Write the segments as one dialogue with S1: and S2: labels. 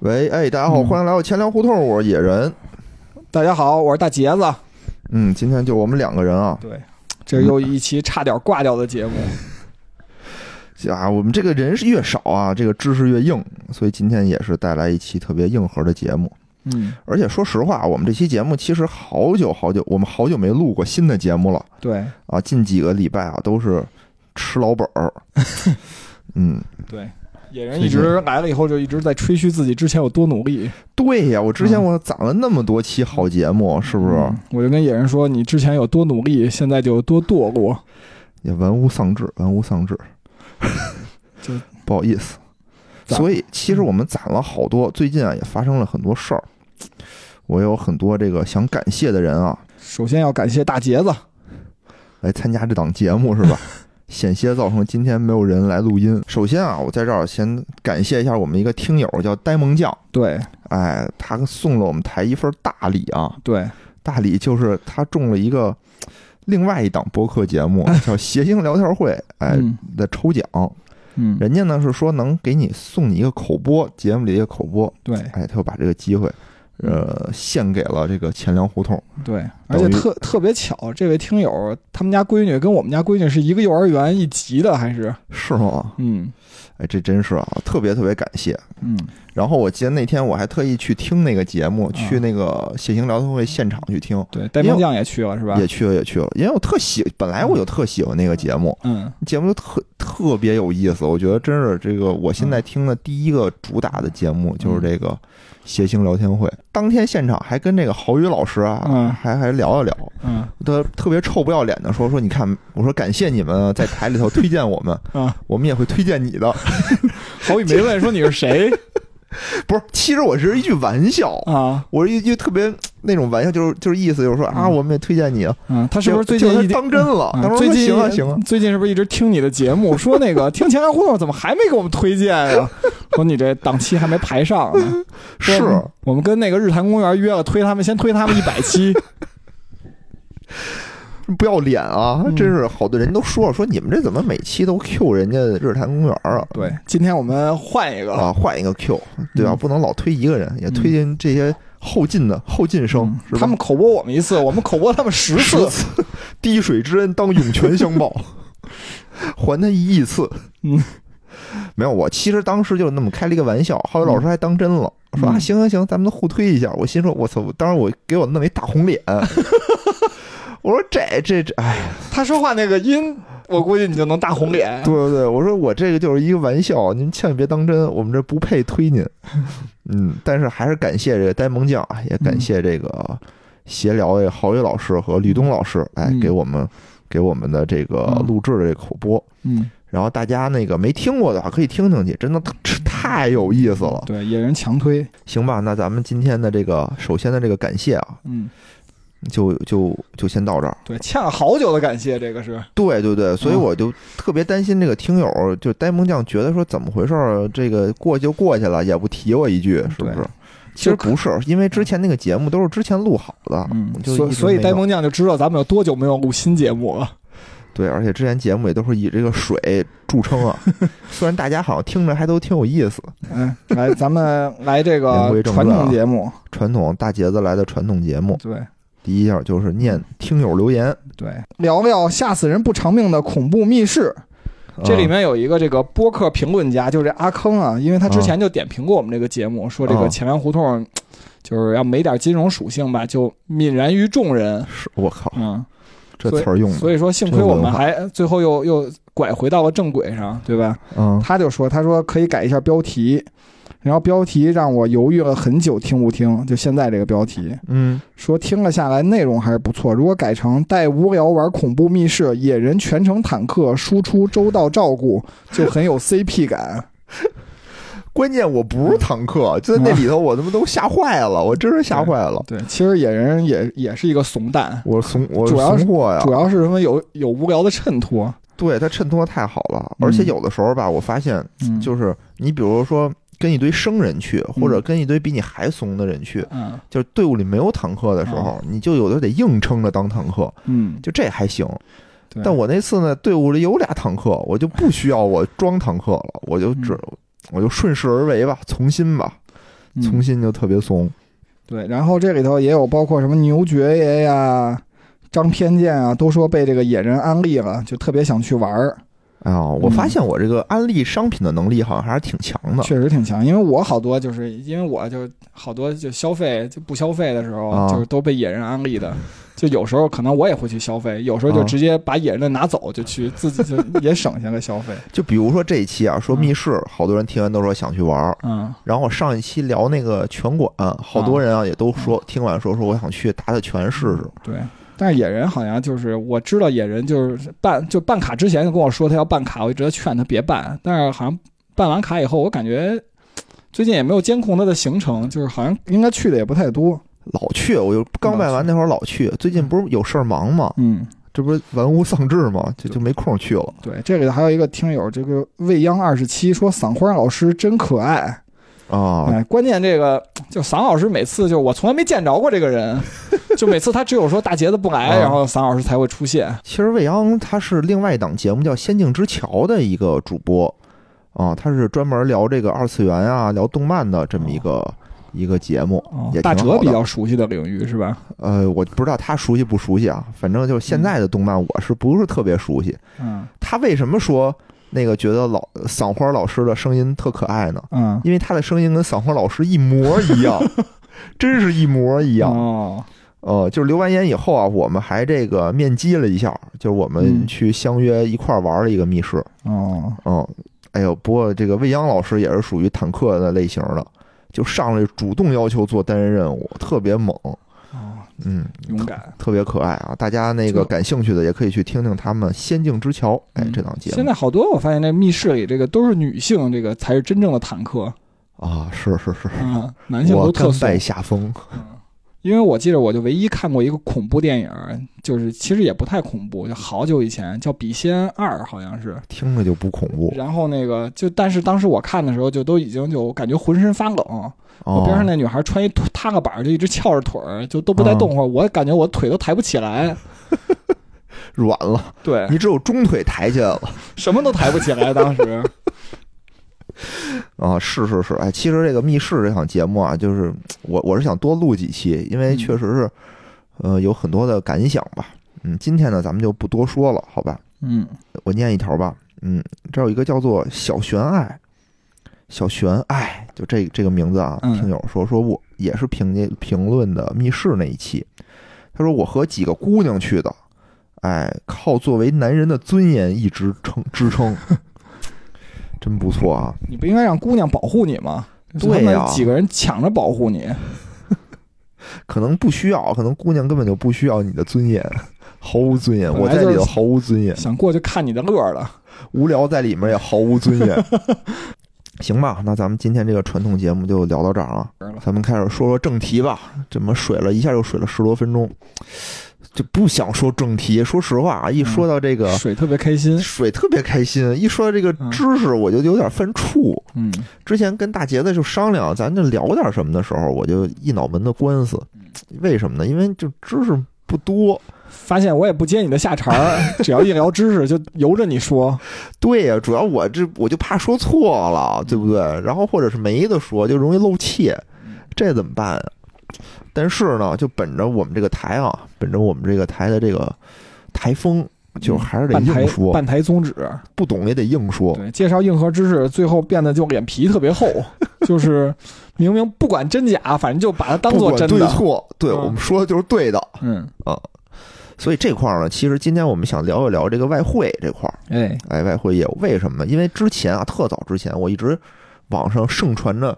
S1: 喂，哎，大家好，
S2: 嗯
S1: 欢迎来到钱粮胡同，我是野人。
S2: 大家好，我是大杰子。
S1: 嗯，今天就我们两个人啊，
S2: 对，这又一期差点挂掉的节目。
S1: 啊，我们这个人是越少啊，这个知识越硬，所以今天也是带来一期特别硬核的节目。
S2: 嗯，
S1: 而且说实话，我们这期节目其实好久好久，我们好久没录过新的节目了
S2: 对
S1: 啊，近几个礼拜啊都是吃老本儿。嗯，
S2: 对，野人一直来了以后就一直在吹嘘自己之前有多努力，
S1: 对呀，我之前我攒了那么多期好节目，是不是
S2: 嗯我就跟野人说，你之前有多努力，现在就有多堕落。，
S1: 也文无丧志，文无丧志
S2: 就
S1: 不好意思。
S2: 攒
S1: 所以其实我们攒了好多，最近啊也发生了很多事儿，我有很多这个想感谢的人啊，
S2: 首先要感谢大杰子，
S1: 来参加这档节目是吧？险些造成今天没有人来录音。首先啊，我在这儿先感谢一下我们一个听友叫呆萌酱，
S2: 对
S1: 哎，他送了我们台一份大礼啊，
S2: 对，
S1: 大礼就是他中了一个另外一档播客节 目叫《谐星聊天会》，哎
S2: 嗯
S1: 的抽奖，
S2: 嗯，
S1: 人家呢是说能给你送你一个口播，节目里的一个口播，
S2: 对
S1: 哎，他就把这个机会，
S2: 嗯
S1: 呃，献给了这个钱粮胡同。
S2: 对，而且
S1: 等于
S2: 特特别巧，这位听友他们家闺女跟我们家闺女是一个幼儿园一级的，还是
S1: 是吗？
S2: 嗯
S1: 哎，这真是啊，特别特别感谢。
S2: 嗯
S1: 然后我记得那天我还特意去听那个节目，去那个谐星聊天会现场去听，
S2: 对，呆萌酱也去了是吧？
S1: 也去了也去了，因为我特喜，本来我就特喜欢那个节目，
S2: 嗯
S1: 节目就特特别有意思，我觉得真是这个我现在听的第一个主打的节目
S2: 嗯
S1: 就是这个谐星聊天会。当天现场还跟这个郝宇老师啊，
S2: 嗯
S1: 还还聊了聊，
S2: 嗯
S1: 他特别臭不要脸的说说你看，我说感谢你们啊在台里头推荐我们，
S2: 嗯，
S1: 我们也会推荐你的。
S2: 郝宇没问说你是谁
S1: 不是，其实我只是一句玩笑。
S2: 啊？
S1: 我是一句特别那种玩笑，就是就是意思就是说啊，
S2: 嗯
S1: 我们也推荐你啊，
S2: 嗯，他是不是最
S1: 结
S2: 近
S1: 果
S2: 一
S1: 他
S2: 点？
S1: 当真了？
S2: 嗯
S1: 当时
S2: 最
S1: 说
S2: 近
S1: 行啊行啊，
S2: 最近是不是一直听你的节目，说那个听前来互动怎么还没给我们推荐呀、说你这档期还没排上 呢。说
S1: 是
S2: 我们跟那个日坛公园约了，推他们先推他们一百 期。
S1: 不要脸啊！
S2: 嗯
S1: 真是好多人都说了，说你们这怎么每期都 Q 人家日坛公园啊？
S2: 对，今天我们换一个，
S1: 啊，换一个 Q，对吧？
S2: 嗯
S1: 不能老推一个人，也推荐这些后进的后进生
S2: 嗯，
S1: 是吧
S2: 他们口播我们一次，我们口播他们十
S1: 十
S2: 次。
S1: 次 滴水之恩当涌泉相报，还他一亿次。
S2: 嗯，
S1: 没有，我其实当时就那么开了一个玩笑，郝宇老师还当真了，说啊，
S2: 嗯
S1: 行行行，咱们互推一下。我心说，我操，我当时我给我弄了一大红脸。 我说这这这，哎，
S2: 他说话那个音，我估计你就能大红脸。
S1: 对对对，我说我这个就是一个玩笑，您千万别当真，我们这不配推 您。嗯，但是还是感谢这个呆萌酱啊，也感谢这个呃闲聊的郝宇老师和吕东老师来
S2: 嗯
S1: 给我们、给我们的这个
S2: 嗯
S1: 录制的这口播。
S2: 嗯，
S1: 然后大家那个没听过的话，可以听听去，真的太太有意思了。
S2: 对，野人强推。
S1: 行吧，那咱们今天的这个首先的这个感谢啊，
S2: 嗯，
S1: 就就就先到这儿。
S2: 对，欠了好久的感谢，这个是。
S1: 对对对，所以
S2: 嗯
S1: 我就特别担心这个听友，就呆萌酱觉得说怎么回事儿，这个过就过去了，也不提我一句，是不
S2: 对
S1: 是？其实不是，因为之前那个节目都是之前录好的，
S2: 嗯，
S1: 就
S2: 所
S1: 一直
S2: 所以
S1: 没
S2: 呆
S1: 有
S2: 萌酱就知道咱们有多久没有录新节目了。
S1: 对，而且之前节目也都是以这个水著称 啊。虽然大家好像听着还都挺有意思，
S2: 嗯，来，咱们来这
S1: 言
S2: 个
S1: 归正
S2: 传
S1: 传啊
S2: 统节目，
S1: 传统大杰子来的传统节目，
S2: 对
S1: 第一样就是念听友留言，
S2: 对，聊聊吓死人不偿命的恐怖密室。这里
S1: 啊
S2: 面有一个这个播客评论家，就是这阿坑啊，因为他之前就点评过我们这个节目，说这个
S1: 啊
S2: 钱粮胡同就是要没点金融属性吧，就泯然于众人。
S1: 是我靠，
S2: 嗯，
S1: 这词儿用的，
S2: 所以说幸亏我们还最后又又拐回到了正轨上，对吧？
S1: 嗯
S2: 他就说，他说可以改一下标题，然后标题让我犹豫了很久，听不听？就现在这个标题，
S1: 嗯，
S2: 说听了下来内容还是不错。如果改成带无聊玩恐怖密室，野人全程坦克，输出周到照顾，就很有 CP 感。
S1: 关键我不是坦克，就在那里头我他妈都吓坏了，我真是吓坏了。
S2: 嗯对，其实野人也也是一个怂蛋，
S1: 我怂，我
S2: 主要是
S1: 怂货呀！
S2: 主要是因为有有无聊的衬托。
S1: 对他衬托得太好了，
S2: 嗯
S1: 而且有的时候吧，我发现
S2: 嗯，
S1: 就是你比如说跟一堆生人去，或者跟一堆比你还怂的人去，
S2: 嗯
S1: 就是队伍里没有坦克的时候，你就有的得硬撑着当坦克，
S2: 嗯，
S1: 就这还行。
S2: 对
S1: 但我那次呢，队伍里有俩坦克，我就
S2: 嗯
S1: 不需要我装坦克了，我就只我就顺势而为吧，从心吧。
S2: 嗯
S1: 从新就特别怂。
S2: 对，然后这里头也有包括什么牛爵爷呀、张偏见啊，都说被这个野人安利了，就特别想去玩儿，
S1: 啊，我发现我这个安利商品的能力好像还是挺强的。
S2: 嗯确实挺强。因为我好多就是因为我就好多就消费就不消费的时候，
S1: 啊
S2: 就是都被野人安利 的。就有时候可能我也会去消费，有时候就
S1: 啊
S2: 直接把野人的拿走，就去自己就也省下了消 费。
S1: 就比如说这一期啊，说密室，好多人听完都说想去玩儿。
S2: 嗯，
S1: 然后我上一期聊那个拳馆，好多人啊也都说，听完说说我想去打打拳试试。
S2: 对。但是野人好像就是我知道野人就是办就办卡之前就跟我说他要办卡，我一直劝他别办。但是好像办完卡以后，我感觉最近也没有监控他的行程，就是好像应该去的也不太多。
S1: 老去，我就刚卖完那会儿老去，最近不是有事儿忙吗？
S2: 嗯，
S1: 这不是玩物丧志吗？就就没空去了。
S2: 对，这里头还有一个听友这个未央二十七说散花老师真可爱。
S1: 啊，
S2: 哎，关键这个就散老师每次就我从来没见着过这 个人，就每次他只有说大杰子不来，
S1: 啊
S2: 然后散老师才会出现。
S1: 其实未央他是另外一档节目叫《仙境之桥》的一个主播，啊，他是专门聊这个二次元啊，聊动漫的这么一个、一个节目，
S2: 哦
S1: 也挺
S2: 大
S1: 好的
S2: 哲比较熟悉的领域是吧？
S1: 呃，我不知道他熟悉不熟悉啊，反正就是现在的动漫我是不是特别熟悉。
S2: 嗯
S1: 他为什么说那个觉得老赏花老师的声音特可爱呢？
S2: 嗯，
S1: 因为他的声音跟赏花老师一模一 样，真是一模一样。
S2: 哦，
S1: 呃，就是留完言以后啊，我们还这个面基了一下，就是我们
S2: 嗯
S1: 去相约一块儿玩了一个密室。
S2: 哦，
S1: 嗯，哎呦，不过这个未央老师也是属于坦克的类型的，就上来主动要求做单人任务，特别猛。
S2: 哦，
S1: 嗯，
S2: 勇敢。
S1: 特别可爱啊！大家那个
S2: 就
S1: 感兴趣的也可以去听听他们《仙境之桥》哎
S2: 嗯
S1: 这档节
S2: 现
S1: 目
S2: 在好多我发现这密室里这个都是女性，这个才是真正的坦克，
S1: 啊，是是是，
S2: 嗯，男性
S1: 我
S2: 都特
S1: 甘
S2: 怂
S1: 拜。下风
S2: 因为我记得我就唯一看过一个恐怖电影，就是其实也不太恐怖，就好久以前叫《笔仙二》，好像是。
S1: 听着就不恐怖
S2: 然后那个就，但是当时我看的时候，就都已经就感觉浑身发冷。我
S1: 哦
S2: 边上那女孩穿一腿踏个板儿，就一直翘着腿儿，就都不带
S1: 嗯
S2: 动会儿，我感觉我腿都抬不 起来。
S1: 软 了，
S2: 对，
S1: 你只有中腿抬起来了
S2: 什么都抬不起来，当时。
S1: 啊！是是是，哎，其实这个密室这档节目啊，就是我我是想多录几期，因为
S2: 嗯
S1: 确实是，呃，有很多的感想吧。嗯，今天呢，咱们就不多说了，好吧？
S2: 嗯
S1: 我念一条吧，嗯，这有一个叫做小玄爱，小玄爱，就这这个名字啊，
S2: 嗯
S1: 听友说说我也是评价评论的密室那一期，他说我和几个姑娘去的，哎，靠作为男人的尊严一直撑 支撑，真不错啊，
S2: 你不应该让姑娘保护你吗？
S1: 对呀
S2: 他们几个人抢着保护你，
S1: 可能不需要，可能姑娘根本就不需要你的尊严，毫无尊严，
S2: 本
S1: 我
S2: 来
S1: 在
S2: 就
S1: 里
S2: 是
S1: 头毫无尊严，
S2: 想过去看你的乐儿了。
S1: 无聊在里面也毫无尊严。 行吧，那咱们今天这个传统节目就聊到这儿啊
S2: 是了，
S1: 咱们开始说说正题吧。怎么水了一下就水了十多分钟，就不想说正题。说实话啊，一说到这个、
S2: 水特别开心，
S1: 水特别开心，一说到这个知识我就有点犯怵。
S2: 嗯，
S1: 之前跟大杰子就商量，咱就聊点什么的时候，我就一脑门的官司。为什么呢？因为就知识不多，
S2: 发现我也不接你的下茬 儿，只要一聊知识就由着你说。
S1: 对呀、主要我这我就怕说错了，对不对？
S2: 嗯
S1: 然后或者是没的说，就容易漏气，这怎么办啊？但是呢，就本着我们这个台啊，本着我们这个台的这个台风，就还是得
S2: 嗯半台
S1: 硬说，
S2: 半台宗旨，
S1: 不懂也得硬说。
S2: 对，介绍硬核知识，最后变得就脸皮特 别厚，就是明明不管真假，反正就把它当
S1: 不
S2: 做
S1: 管
S2: 真
S1: 对
S2: 的。
S1: 错，对、
S2: 嗯
S1: 我们说的就是对的。
S2: 嗯，
S1: 所以这块儿呢，其实今天我们想聊一聊这个外汇这块儿。
S2: 哎，
S1: 哎，外汇业务为什么呢？因为之前啊，特早之前，我一直网上盛传着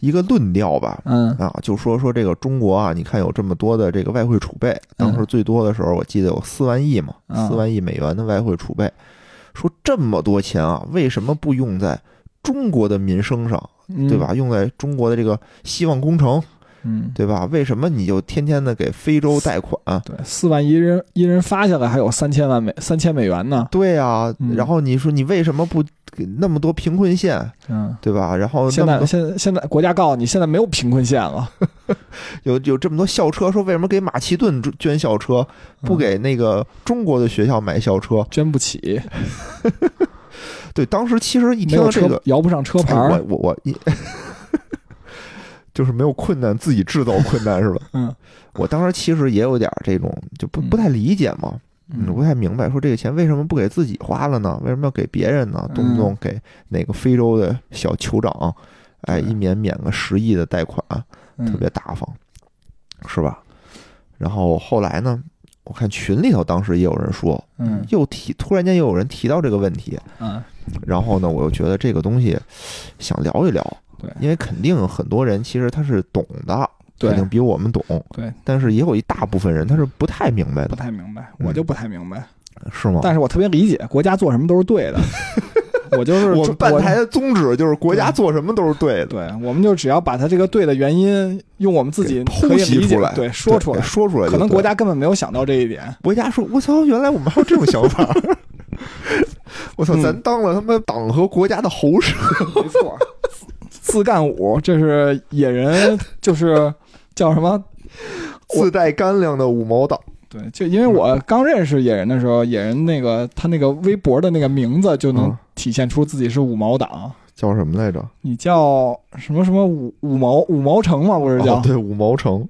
S1: 一个论调吧，
S2: 嗯
S1: 啊，就说说这个中国啊，你看有这么多的这个外汇储备，当时最多的时候我记得有四万亿嘛，
S2: 嗯
S1: 四万亿美元的外汇储备，说这么多钱啊，为什么不用在中国的民生上，
S2: 嗯，
S1: 对吧？？用在中国的这个希望工程，
S2: 嗯，
S1: 对吧？为什么你就天天的给非洲贷款？啊
S2: 对，四万一人一人发下来，还有三千万美三千美元呢。
S1: 对啊，
S2: 嗯
S1: 然后你说你为什么不给那么多贫困县，
S2: 嗯，
S1: 对吧？然后那
S2: 现
S1: 么
S2: 在
S1: 多
S2: 现在现在国家告诉你，现在没有贫困县了，
S1: 有有这么多校车，说为什么给马其顿捐校车，不
S2: 嗯
S1: 给那个中国的学校买校车？
S2: 捐不起，
S1: 对，当时其实一
S2: 没
S1: 听
S2: 有
S1: 到
S2: 车、
S1: 这个，
S2: 摇不上车牌
S1: 哎
S2: 儿、
S1: 我我我一，就是没有困难自己制造困难是吧？
S2: 嗯，
S1: 我当时其实也有点这种就不不太理解嘛，嗯，不太明白说这个钱为什么不给自己花了呢？为什么要给别人呢？动
S2: 嗯
S1: 不动给哪个非洲的小酋长，哎，
S2: 对
S1: 一年免个十亿的贷款，啊
S2: 嗯
S1: 特别大方，是吧？然后后来呢，我看群里头当时也有人说，
S2: 嗯
S1: 又提突然间又有人提到这个问题，
S2: 嗯
S1: 然后呢，我又觉得这个东西想聊一聊，
S2: 对
S1: 因为肯定很多人其实他是懂的，
S2: 对
S1: 肯定比我们懂，
S2: 对，
S1: 但是也有一大部分人他是不太明白
S2: 不
S1: 的，
S2: 太明白，
S1: 嗯
S2: 我就不太明白，
S1: 是吗？
S2: 但是我特别理解国家做什么都是 对的，我就是
S1: 我
S2: 就
S1: 们办台的宗旨就是国家做什么都是对的，
S2: 对，我们就只要把它这个对的原因用我们自己
S1: 给
S2: 可以
S1: 剖析
S2: 理解
S1: 出来，
S2: 对说出
S1: 对
S2: 来，
S1: 说出来就对了，
S2: 可能国家根本没有想到这一点。
S1: 国家说：“我操，原来我们还有这种想 法！我操，
S2: 嗯
S1: 咱当了他妈党和国家的喉舌。
S2: 没错， 自干五，这是野人，就是叫什么？
S1: 自带干粮的五毛党，
S2: 对，就因为我刚认识野人的时候，野人那个他那个微博的那个名字就能
S1: 嗯
S2: 体现出自己是五毛党。
S1: 叫什么来着？
S2: 你叫什么什么五五毛五毛城吗？不是叫、
S1: 哦，对，五毛城。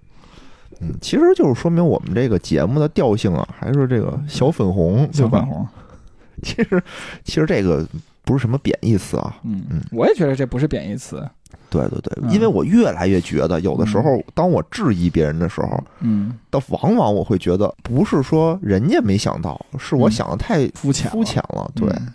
S1: 嗯，其实就是说明我们这个节目的调性啊，还是这个小粉红，
S2: 小
S1: 对
S2: 粉
S1: 吧？
S2: 红？
S1: 其实，其实这个不是什么贬义词啊。
S2: 嗯
S1: 嗯，
S2: 我也觉得这不是贬义词。
S1: 对对对，
S2: 嗯
S1: 因为我越来越觉得，有的时候当我质疑别人的时候，
S2: 嗯，
S1: 但往往我会觉得不是说人家没想到，是我
S2: 嗯
S1: 想的太
S2: 肤浅了，
S1: 肤浅了。对，
S2: 嗯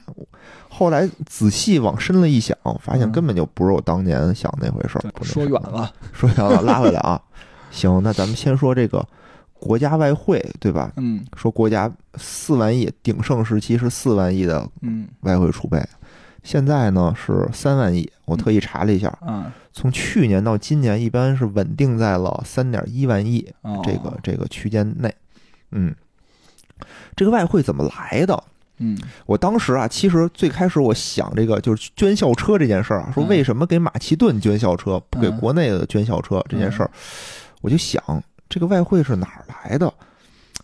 S1: 后来仔细往深了一想，发现
S2: 嗯
S1: 根本就不是我当年想那回事儿
S2: 对。
S1: 不那
S2: 说
S1: 什
S2: 远
S1: 么，
S2: 了。
S1: 说远了，拉回来啊。 行，那咱们先说这个国家外汇，对吧？
S2: 嗯
S1: 说国家四万亿，鼎盛时期是四万亿的
S2: 嗯
S1: 外汇储备，现在呢是三万亿。我特意查了一下，
S2: 啊，
S1: 从去年到今年，一般是稳定在了三点一万亿
S2: 哦
S1: 这个这个区间内。嗯，这个外汇怎么来的？
S2: 嗯
S1: 我当时啊，其实最开始我想这个就是捐校车这件事儿啊，说
S2: 嗯
S1: 为什么给马其顿捐校车，不给
S2: 嗯
S1: 国内的捐校车这件事儿，我就想这个外汇是哪儿来的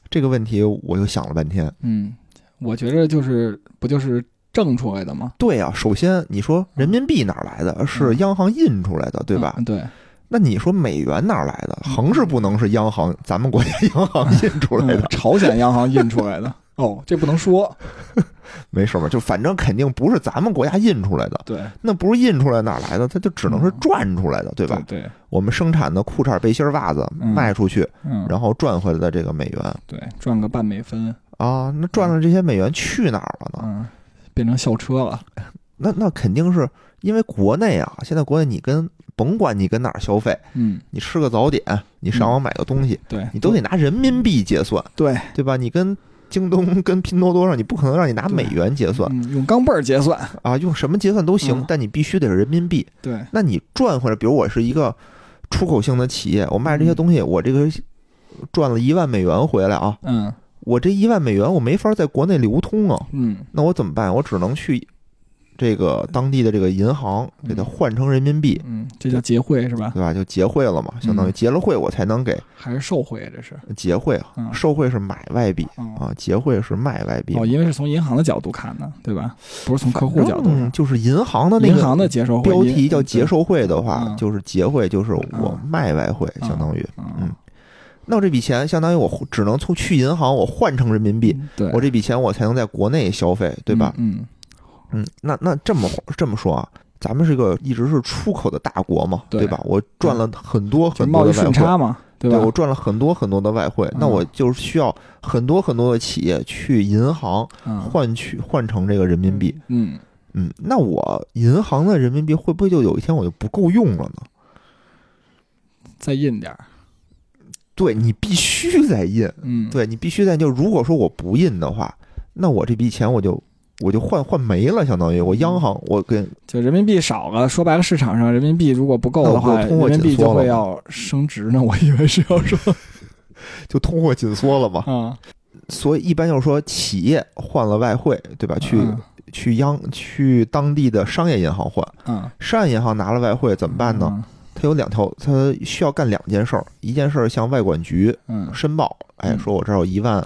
S1: 这个问题，我又想了半天。
S2: 嗯，我觉着就是不就是挣出来的吗？
S1: 对啊，首先你说人民币哪儿来的？是央行印出来的，对吧？
S2: 嗯对，
S1: 那你说美元哪儿来的？
S2: 嗯
S1: 横是不能是央行，咱们国家央行印出来
S2: 嗯
S1: 的，
S2: 朝鲜央行印出来的。哦，这不能说。
S1: 没事嘛，就反正肯定不是咱们国家印出来的，
S2: 对，
S1: 那不是印出来哪儿来的？它就只能是
S2: 嗯
S1: 赚出来的，对
S2: 对
S1: 吧？
S2: 对，
S1: 我们生产的裤衩、背心儿、袜子
S2: 嗯
S1: 卖出去，
S2: 嗯，
S1: 然后赚回来的这个美元
S2: 对，赚个半美分，
S1: 啊，那赚了这些美元去哪儿了呢？
S2: 嗯，变成校车了。
S1: 那那肯定是因为国内啊，现在国内你跟甭管你跟哪儿消费，
S2: 嗯，
S1: 你吃个早点，你上网买个东西，
S2: 对，
S1: 你都得拿人民币结算，
S2: 对，
S1: 对吧？你跟京东、 跟拼多多上，你不可能让你拿美元结算
S2: 嗯，用钢镚儿结算。
S1: 啊，用什么结算都行
S2: 嗯，
S1: 但你必须得是人民币。
S2: 对，
S1: 那你赚回来，比如我是一个出口性的企业，我卖
S2: 嗯
S1: 这些东西，我这个赚了一万美元回来啊，
S2: 嗯
S1: 我这一万美元我没法在国内流通啊，
S2: 嗯
S1: 那我怎么办？我只能去这个当地的这个银行给它换成人民币，
S2: 嗯，这叫结汇是吧？
S1: 对吧？就结汇了嘛，相当于结了汇，我才能给
S2: 还是受贿啊？这是。
S1: 结汇啊。
S2: 嗯
S1: 受贿是买外币
S2: 哦
S1: 啊，结汇是卖外币。
S2: 哦，因为是从银行的角度看的，对吧？不是从客户角度
S1: 嗯，
S2: 上。
S1: 就是银行的那
S2: 银
S1: 个
S2: 行的结售汇
S1: 标
S2: 银
S1: 题叫结售汇的话，
S2: 嗯
S1: 就是结汇，就是我卖外汇，
S2: 嗯
S1: 相当于。
S2: 嗯，
S1: 那我这笔钱相当于我只能从去银行我换成人民币，
S2: 嗯对，
S1: 我这笔钱我才能在国内消费，对吧？
S2: 嗯？嗯，
S1: 嗯，那那这么这么说啊，咱们是个一直是出口的大国嘛，
S2: 对嗯
S1: 对吧？我赚了很多
S2: 就
S1: 很多
S2: 贸
S1: 的
S2: 易
S1: 外汇，
S2: 顺差嘛，对
S1: 对
S2: 吧？
S1: 我赚了很多很多的外汇，
S2: 嗯
S1: 那我就是需要很多很多的企业去银行
S2: 嗯
S1: 换取换成这个人民币。
S2: 嗯，
S1: 嗯，那我银行的人民币会不会就有一天我就不够用了呢？
S2: 再印点儿。
S1: 对你必须再印，
S2: 嗯，
S1: 对你必须再印就如果说我不印的话，那我这笔钱我就我就换换没了，相当于我
S2: 嗯
S1: 央行我跟
S2: 就人民币少了，说白了，市场上人民币如果不够的
S1: 那我
S2: 话，
S1: 不
S2: 人
S1: 通货
S2: 民
S1: 紧缩
S2: 币就会
S1: 了
S2: 要升值呢。我以为是要 说
S1: 就通货紧缩了嘛。
S2: 啊，
S1: 所以一般就是说，企业换了外汇，对吧？去、
S2: 嗯
S1: 去央去当地的商业银行换，
S2: 嗯，
S1: 商业银行拿了外汇怎么办呢？它有两条，它需要干两件事儿，一件事儿向外管局
S2: 嗯？
S1: 申报，哎，
S2: 嗯
S1: 说我这儿有一万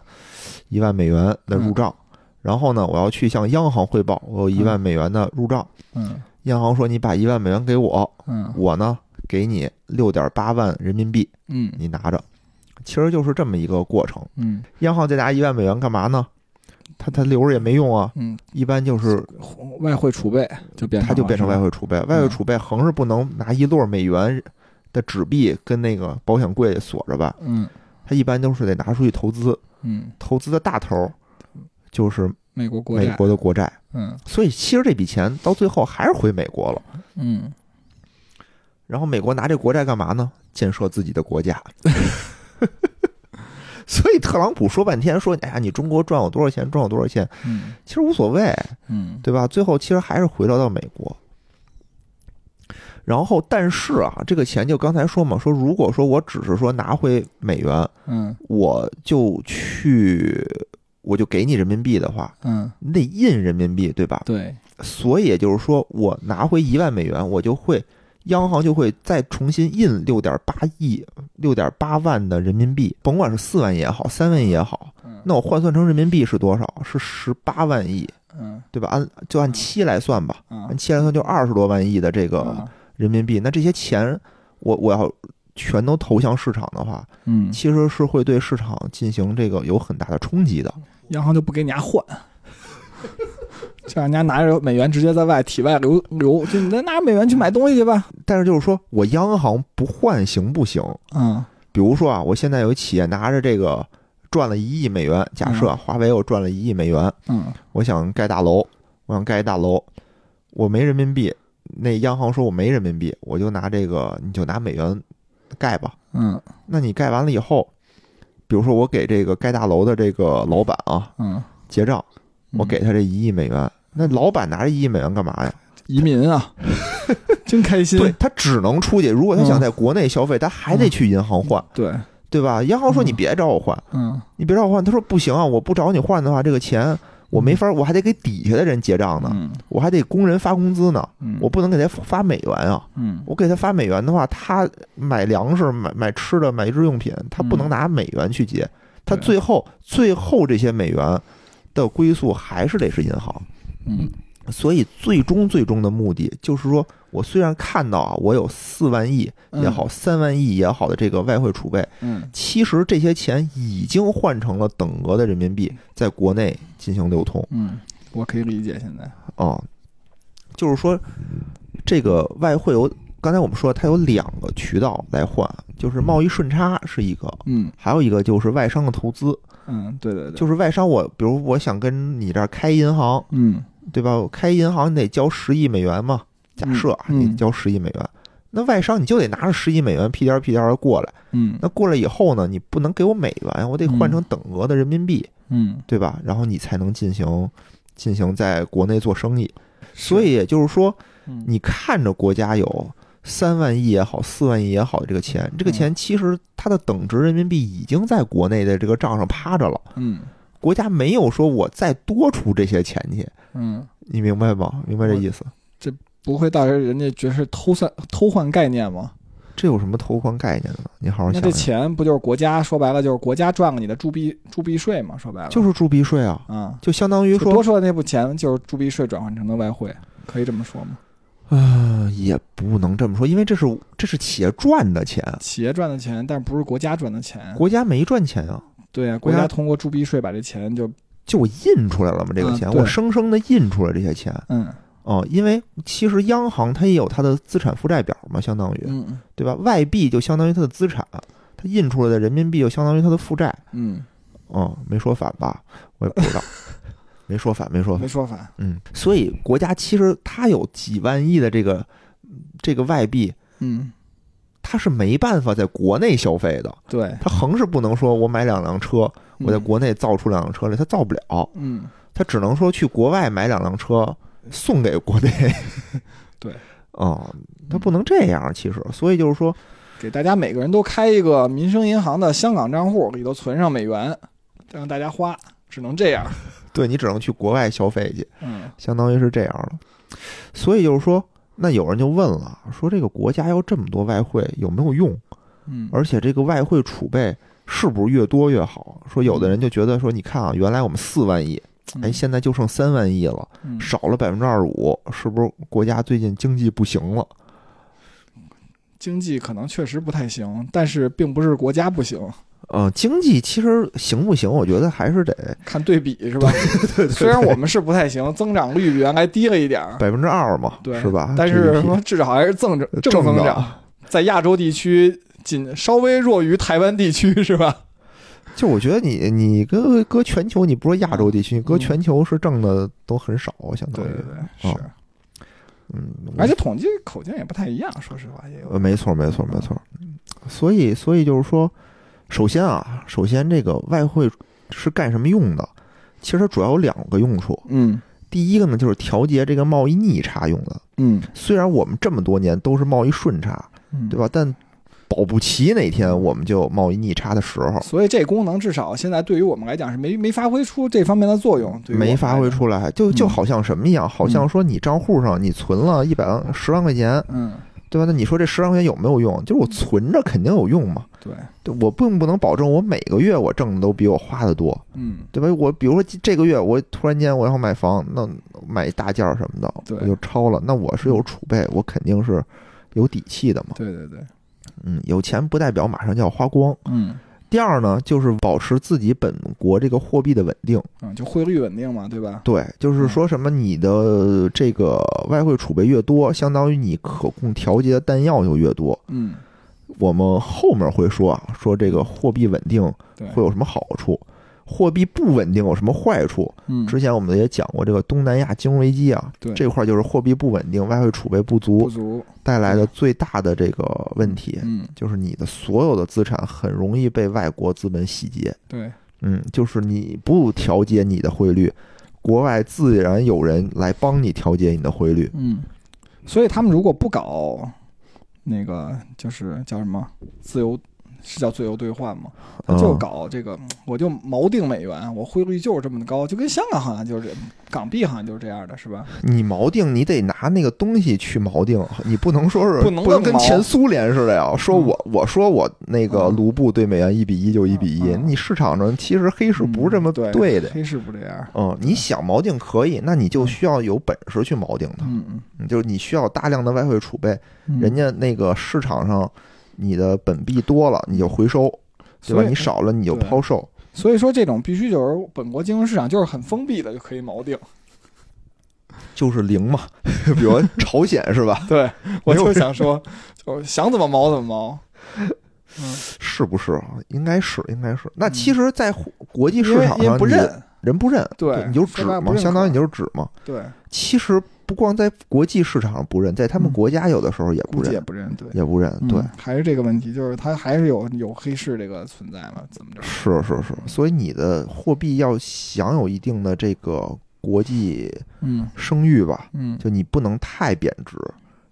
S1: 一万美元的入账，
S2: 嗯
S1: 然后呢，我要去向央行汇报，我有一万美元的入账，
S2: 嗯嗯
S1: 央行说你把一万美元给我，
S2: 嗯
S1: 我呢给你六点八万人民币，
S2: 嗯
S1: 你拿着。其实就是这么一个过程。
S2: 嗯
S1: 央行再拿一万美元干嘛呢？他他留着也没用啊，
S2: 嗯，
S1: 一般就是
S2: 外汇储备就变
S1: 它就变成外
S2: 汇，
S1: 汇储备，
S2: 嗯
S1: 外汇储备横是不能拿一摞美元的纸币跟那个保险柜锁着吧？
S2: 嗯
S1: 它一般都是得拿出去投资，
S2: 嗯，
S1: 投资的大头儿就是
S2: 美国国
S1: 美
S2: 债，
S1: 国的国债，
S2: 嗯
S1: 所以其实这笔钱到最后还是回美国了。
S2: 嗯，
S1: 然后美国拿这国债干嘛呢？建设自己的国 家。所以特朗普说半天说，哎呀，你中国赚我多少钱，赚我多少钱，
S2: 嗯
S1: 其实无所谓，
S2: 嗯
S1: 对吧？最后其实还是回流到美国。然后，但是啊，这个钱就刚才说嘛，说如果说我只是说拿回美元，
S2: 嗯
S1: 我就去，我就给你人民币的话，
S2: 嗯，
S1: 你得印人民币，对吧？
S2: 对，
S1: 所以也就是说，我拿回一万美元，我就会央行就会再重新印六点八亿、六点八万的人民币，甭管是四万也好，三万也好，
S2: 嗯
S1: 那我换算成人民币是多少？是十八万亿，
S2: 嗯
S1: 对吧？按就按
S2: 嗯
S1: 七来算吧，
S2: 啊
S1: 按七来算就二十多万亿的这个
S2: 啊
S1: 人民币。那这些钱，我我要全都投向市场的话，
S2: 嗯，
S1: 其实是会对市场进行这个有很大的冲击的。
S2: 央行就不给你家换。 叫人家拿着美元直接在外体外流流，就你再拿着美元去买东西去吧。
S1: 但是就是说我央行不换行不行？
S2: 嗯
S1: 比如说啊，我现在有企业拿着这个赚了一亿美元，假设啊华为我赚了一亿美元，
S2: 嗯
S1: 我想盖大楼，我想盖一大楼，我没人民币，那央行说我没人民币，我就拿这个，你就拿美元盖吧。
S2: 嗯
S1: 那你盖完了以后，比如说我给这个盖大楼的这个老板啊
S2: 嗯，
S1: 结账，我给他这一亿美元。那老板拿着一亿美元干嘛呀？
S2: 移民 啊，真开心。
S1: 对他只能出去，如果他
S2: 嗯
S1: 想在国内消费，他还得去银行换，
S2: 对，
S1: 对吧？央行说你
S2: 嗯
S1: 别找我换，
S2: 嗯
S1: 你别找我换。他说不行啊，我不找你换的话，这个钱我没法，我还得给底下的人结账呢，
S2: 嗯
S1: 我还得工人发工资呢，
S2: 嗯，
S1: 我不能给他发美元啊。
S2: 嗯
S1: 我给他发美元的话，他买粮食、买买吃的、买日用品，他不能
S2: 嗯
S1: 拿美元去结，他
S2: 对
S1: 最后最后这些美元的归宿还是得是银行。
S2: 嗯
S1: 所以最终最终的目的就是说，我虽然看到啊，我有四万亿也好，三万亿也好的这个外汇储备，
S2: 嗯
S1: 其实这些钱已经换成了等额的人民币，在国内进行流通
S2: 嗯，我可以理解现在。
S1: 啊、就是说，这个外汇有刚才我们说它有两个渠道来换，就是贸易顺差是一个，
S2: 嗯
S1: 还有一个就是外商的投资，
S2: 嗯，对对对，
S1: 就是外商我比如我想跟你这儿开银行，
S2: 嗯
S1: 对吧？我开银行你得交十亿美元嘛，假设啊，
S2: 嗯
S1: 你交十亿美元。那外商你就得拿着十亿美元屁颠儿屁颠的过来，
S2: 嗯
S1: 那过来以后呢，你不能给我美元，我得换成等额的人民币。
S2: 嗯，
S1: 对吧？然后你才能进行进行在国内做生意。
S2: 是
S1: 所以也就是说，
S2: 嗯
S1: 你看着国家有三万亿也好，四万亿也好的这个钱，
S2: 嗯
S1: 这个钱其实它的等值人民币已经在国内的这个账上趴着了，
S2: 嗯
S1: 国家没有说我再多出这些钱去，
S2: 嗯，
S1: 你明白吗？明白这意思？
S2: 不会到时候人家觉得是偷算偷换概念吗？
S1: 这有什么投换概念呢？你好好
S2: 那
S1: 想
S2: 这
S1: 想，
S2: 钱不就是国家说白了就是国家赚了你的铸币铸币税嘛？说白了
S1: 就是铸币税啊，
S2: 啊，
S1: 就相当于
S2: 就
S1: 说
S2: 多出来那部钱就是铸币税转换成的外汇，可以这么说吗？
S1: 啊、也不能这么说，因为这是这是企业赚的钱，
S2: 企业赚的钱，但不是国家赚的钱。
S1: 国家没赚钱啊。
S2: 对啊，
S1: 国
S2: 国
S1: 家
S2: 家通过铸币税把这钱就
S1: 就我印出来了嘛，这个
S2: 啊
S1: 钱、
S2: 对
S1: 我生生的印出来这些钱
S2: 嗯
S1: 哦、因为其实央行它也有它的资产负债表嘛，相当于
S2: 嗯
S1: 对吧？外币就相当于它的资产，它印出来的人民币就相当于它的负债，
S2: 嗯，
S1: 哦、没说反吧？我也不知道， 没说反，没说
S2: 没
S1: 反，
S2: 说法。
S1: 嗯，所以国家其实它有几万亿的这个这个外币，
S2: 嗯，
S1: 它是没办法在国内消费的，
S2: 对，
S1: 它横是不能说我买两辆车，我在
S2: 嗯
S1: 国内造出两辆车来，它造不了，
S2: 嗯
S1: 他只能说去国外买两辆车送给国内。
S2: 对，
S1: 哦，他不能这样，其实，所以就是说，
S2: 给大家每个人都开一个民生银行的香港账户，里头存上美元，让大家花，只能这样。
S1: 对你只能去国外消费去，
S2: 嗯
S1: 相当于是这样了。所以就是说，那有人就问了，说这个国家要这么多外汇有没有用？
S2: 嗯，
S1: 而且这个外汇储备是不是越多越好？说有的人就觉得说，你看啊，原来我们四万亿，哎，现在就剩三万亿了，
S2: 嗯
S1: 少了百分之二十五，是不是国家最近经济不行了？
S2: 经济可能确实不太行，但是并不是国家 不行，
S1: 呃，经济其实行不行，我觉得还是得
S2: 看对比是吧？虽然我们是不太行，增长率比原来低了一点儿，
S1: 百分之二嘛，
S2: 对，
S1: 是吧？
S2: 但是
S1: GDP
S2: 什么至少还是增长正增
S1: 增
S2: 长，在亚洲地区仅稍微弱于台湾地区是吧？
S1: 就我觉得你你搁搁全球，你不说亚洲地区，你搁全球是挣的都很少，相当
S2: 嗯对
S1: 于
S2: 对对，
S1: 哦
S2: 是，
S1: 嗯，
S2: 而且统计口径也不太一样，说实话也有
S1: 呃，没错，没错，没错。所以，所以就是说，首先啊，首先这个外汇是干什么用的？其实它主要有两个用处。
S2: 嗯
S1: 第一个呢，就是调节这个贸易逆差用的。
S2: 嗯
S1: 虽然我们这么多年都是贸易顺差，
S2: 嗯，
S1: 对吧？但保不齐哪天我们就有贸易逆差的时候，
S2: 所以这功能至少现在对于我们来讲是没没发挥出这方面的作用，对于我们
S1: 没发挥
S2: 来讲。
S1: 出来，就就
S2: 嗯
S1: 好像什么一样，好像说你账户上你存了一百万十万块钱，
S2: 嗯，
S1: 对吧？那你说这十万块钱有没有用？就是我存着肯定有用嘛。
S2: 对，
S1: 对，我并不能保证我每个月我挣的都比我花的多，
S2: 嗯，
S1: 对吧？我比如说这个月我突然间我要买房，那买一大件儿什么的，
S2: 对
S1: 我就超了，那我是有储备，我肯定是有底气的嘛。
S2: 对对对，
S1: 嗯，有钱不代表马上就要花光。
S2: 嗯
S1: 第二呢，就是保持自己本国这个货币的稳定。
S2: 嗯，就汇率稳定嘛，对吧？
S1: 对，
S2: 嗯
S1: 就是说什么你的这个外汇储备越多，相当于你可供调节的弹药就越多。
S2: 嗯，
S1: 我们后面会说啊，说这个货币稳定
S2: 对，
S1: 会有什么好处，货币不稳定有什么坏处。
S2: 嗯，
S1: 之前我们也讲过这个东南亚金融危机啊
S2: 对，
S1: 这块就是货币不稳定、外汇储备不
S2: 不
S1: 足
S2: 足，
S1: 带来的最大的这个问题，
S2: 嗯，
S1: 就是你的所有的资产很容易被外国资本洗劫。
S2: 对，
S1: 嗯，就是你不调节你的汇率，国外自然有人来帮你调节你的汇率。
S2: 嗯，所以他们如果不搞那个，就是叫什么自由，是叫自由兑换吗？他啊就
S1: 嗯
S2: 搞这个，我就锚定美元，我汇率就是这么高，就跟香港好像就是这，港币好像就是这样的，是吧？
S1: 嗯你锚定，你得拿那个东西去锚定，你不能说是
S2: 不能
S1: 能
S2: 硬
S1: 跟
S2: 锚
S1: 前苏联似的呀。说我、我说我那个
S2: 嗯
S1: 卢布对美元一比一就一比一、
S2: 嗯嗯
S1: 你市场上其实黑市不是这么
S2: 嗯对
S1: 对的。
S2: 黑市不这样。
S1: 嗯，你想锚定可以，那你就需要有本事去锚定它，
S2: 嗯
S1: 嗯就是你需要大量的外汇储备，
S2: 嗯，
S1: 人家那个市场上你的本币多了，你就回收，对吧？
S2: 嗯所以
S1: 你少了你就
S2: 对
S1: 抛售。
S2: 所以说这种必须就是本国金融市场就是很封闭的，就可以锚定。
S1: 就是零嘛， 比如朝鲜是 吧？
S2: 对，我
S1: 没有
S2: 就想 说，就想怎么锚怎么锚。嗯，
S1: 是不是啊？应该是，应该是。那其实，在国际市场
S2: 因为因
S1: 上，
S2: 为不
S1: 你
S2: 认，
S1: 人不认，
S2: 对
S1: 你就指
S2: 说白了不
S1: 嘛，
S2: 认
S1: 相当于你
S2: 可
S1: 就是指嘛。
S2: 对，
S1: 其实不光在国际市场上不认，在他们
S2: 嗯
S1: 国家有的时候也不
S2: 估计也
S1: 认，
S2: 不认，对。
S1: 也不认。对
S2: 嗯，还是这个问题，就是它还是有有黑市这个存在嘛？怎么着？
S1: 是是是。所以你的货币要享有一定的这个国际
S2: 嗯
S1: 声誉吧，
S2: 嗯，
S1: 就你不能太贬值。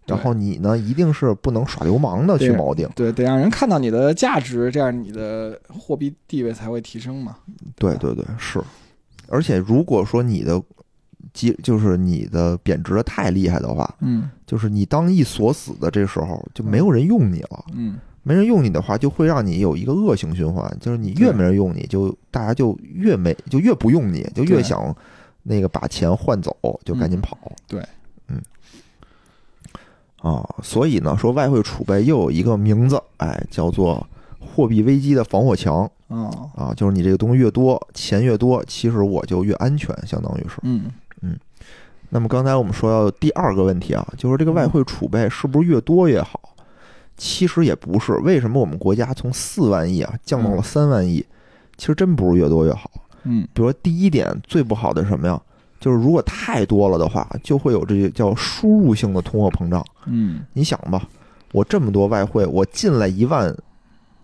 S2: 对
S1: 然后你呢，一定是不能耍流氓的去
S2: 对
S1: 锚定。
S2: 对，得让人看到你的价值，这样你的货币地位才会提升嘛。
S1: 对对对，是。而且如果说你的基就是你的贬值的太厉害的话，
S2: 嗯
S1: 就是你当一锁死的这时候就没有人用你了，
S2: 嗯，
S1: 没人用你的话，就会让你有一个恶性循环，就是你越
S2: 对
S1: 没人用你，就大家就越没就越不用你，就越
S2: 对
S1: 想那个把钱换走，就赶紧跑。
S2: 对，
S1: 嗯。啊，所以呢，说外汇储备又有一个名字，哎，叫做货币危机的防火墙。
S2: 哦，
S1: 啊，就是你这个东西越多，钱越多，其实我就越安全，相当于是。
S2: 嗯
S1: 那么刚才我们说到第二个问题啊，就是这个外汇储备是不是越多越好？其实也不是，为什么我们国家从四万亿啊降到了三万亿？其实真不是越多越好。
S2: 嗯
S1: 比如说第一点最不好的是什么呀？就是如果太多了的话，就会有这叫输入性的通货膨胀。
S2: 嗯
S1: 你想吧，我这么多外汇，我进来一万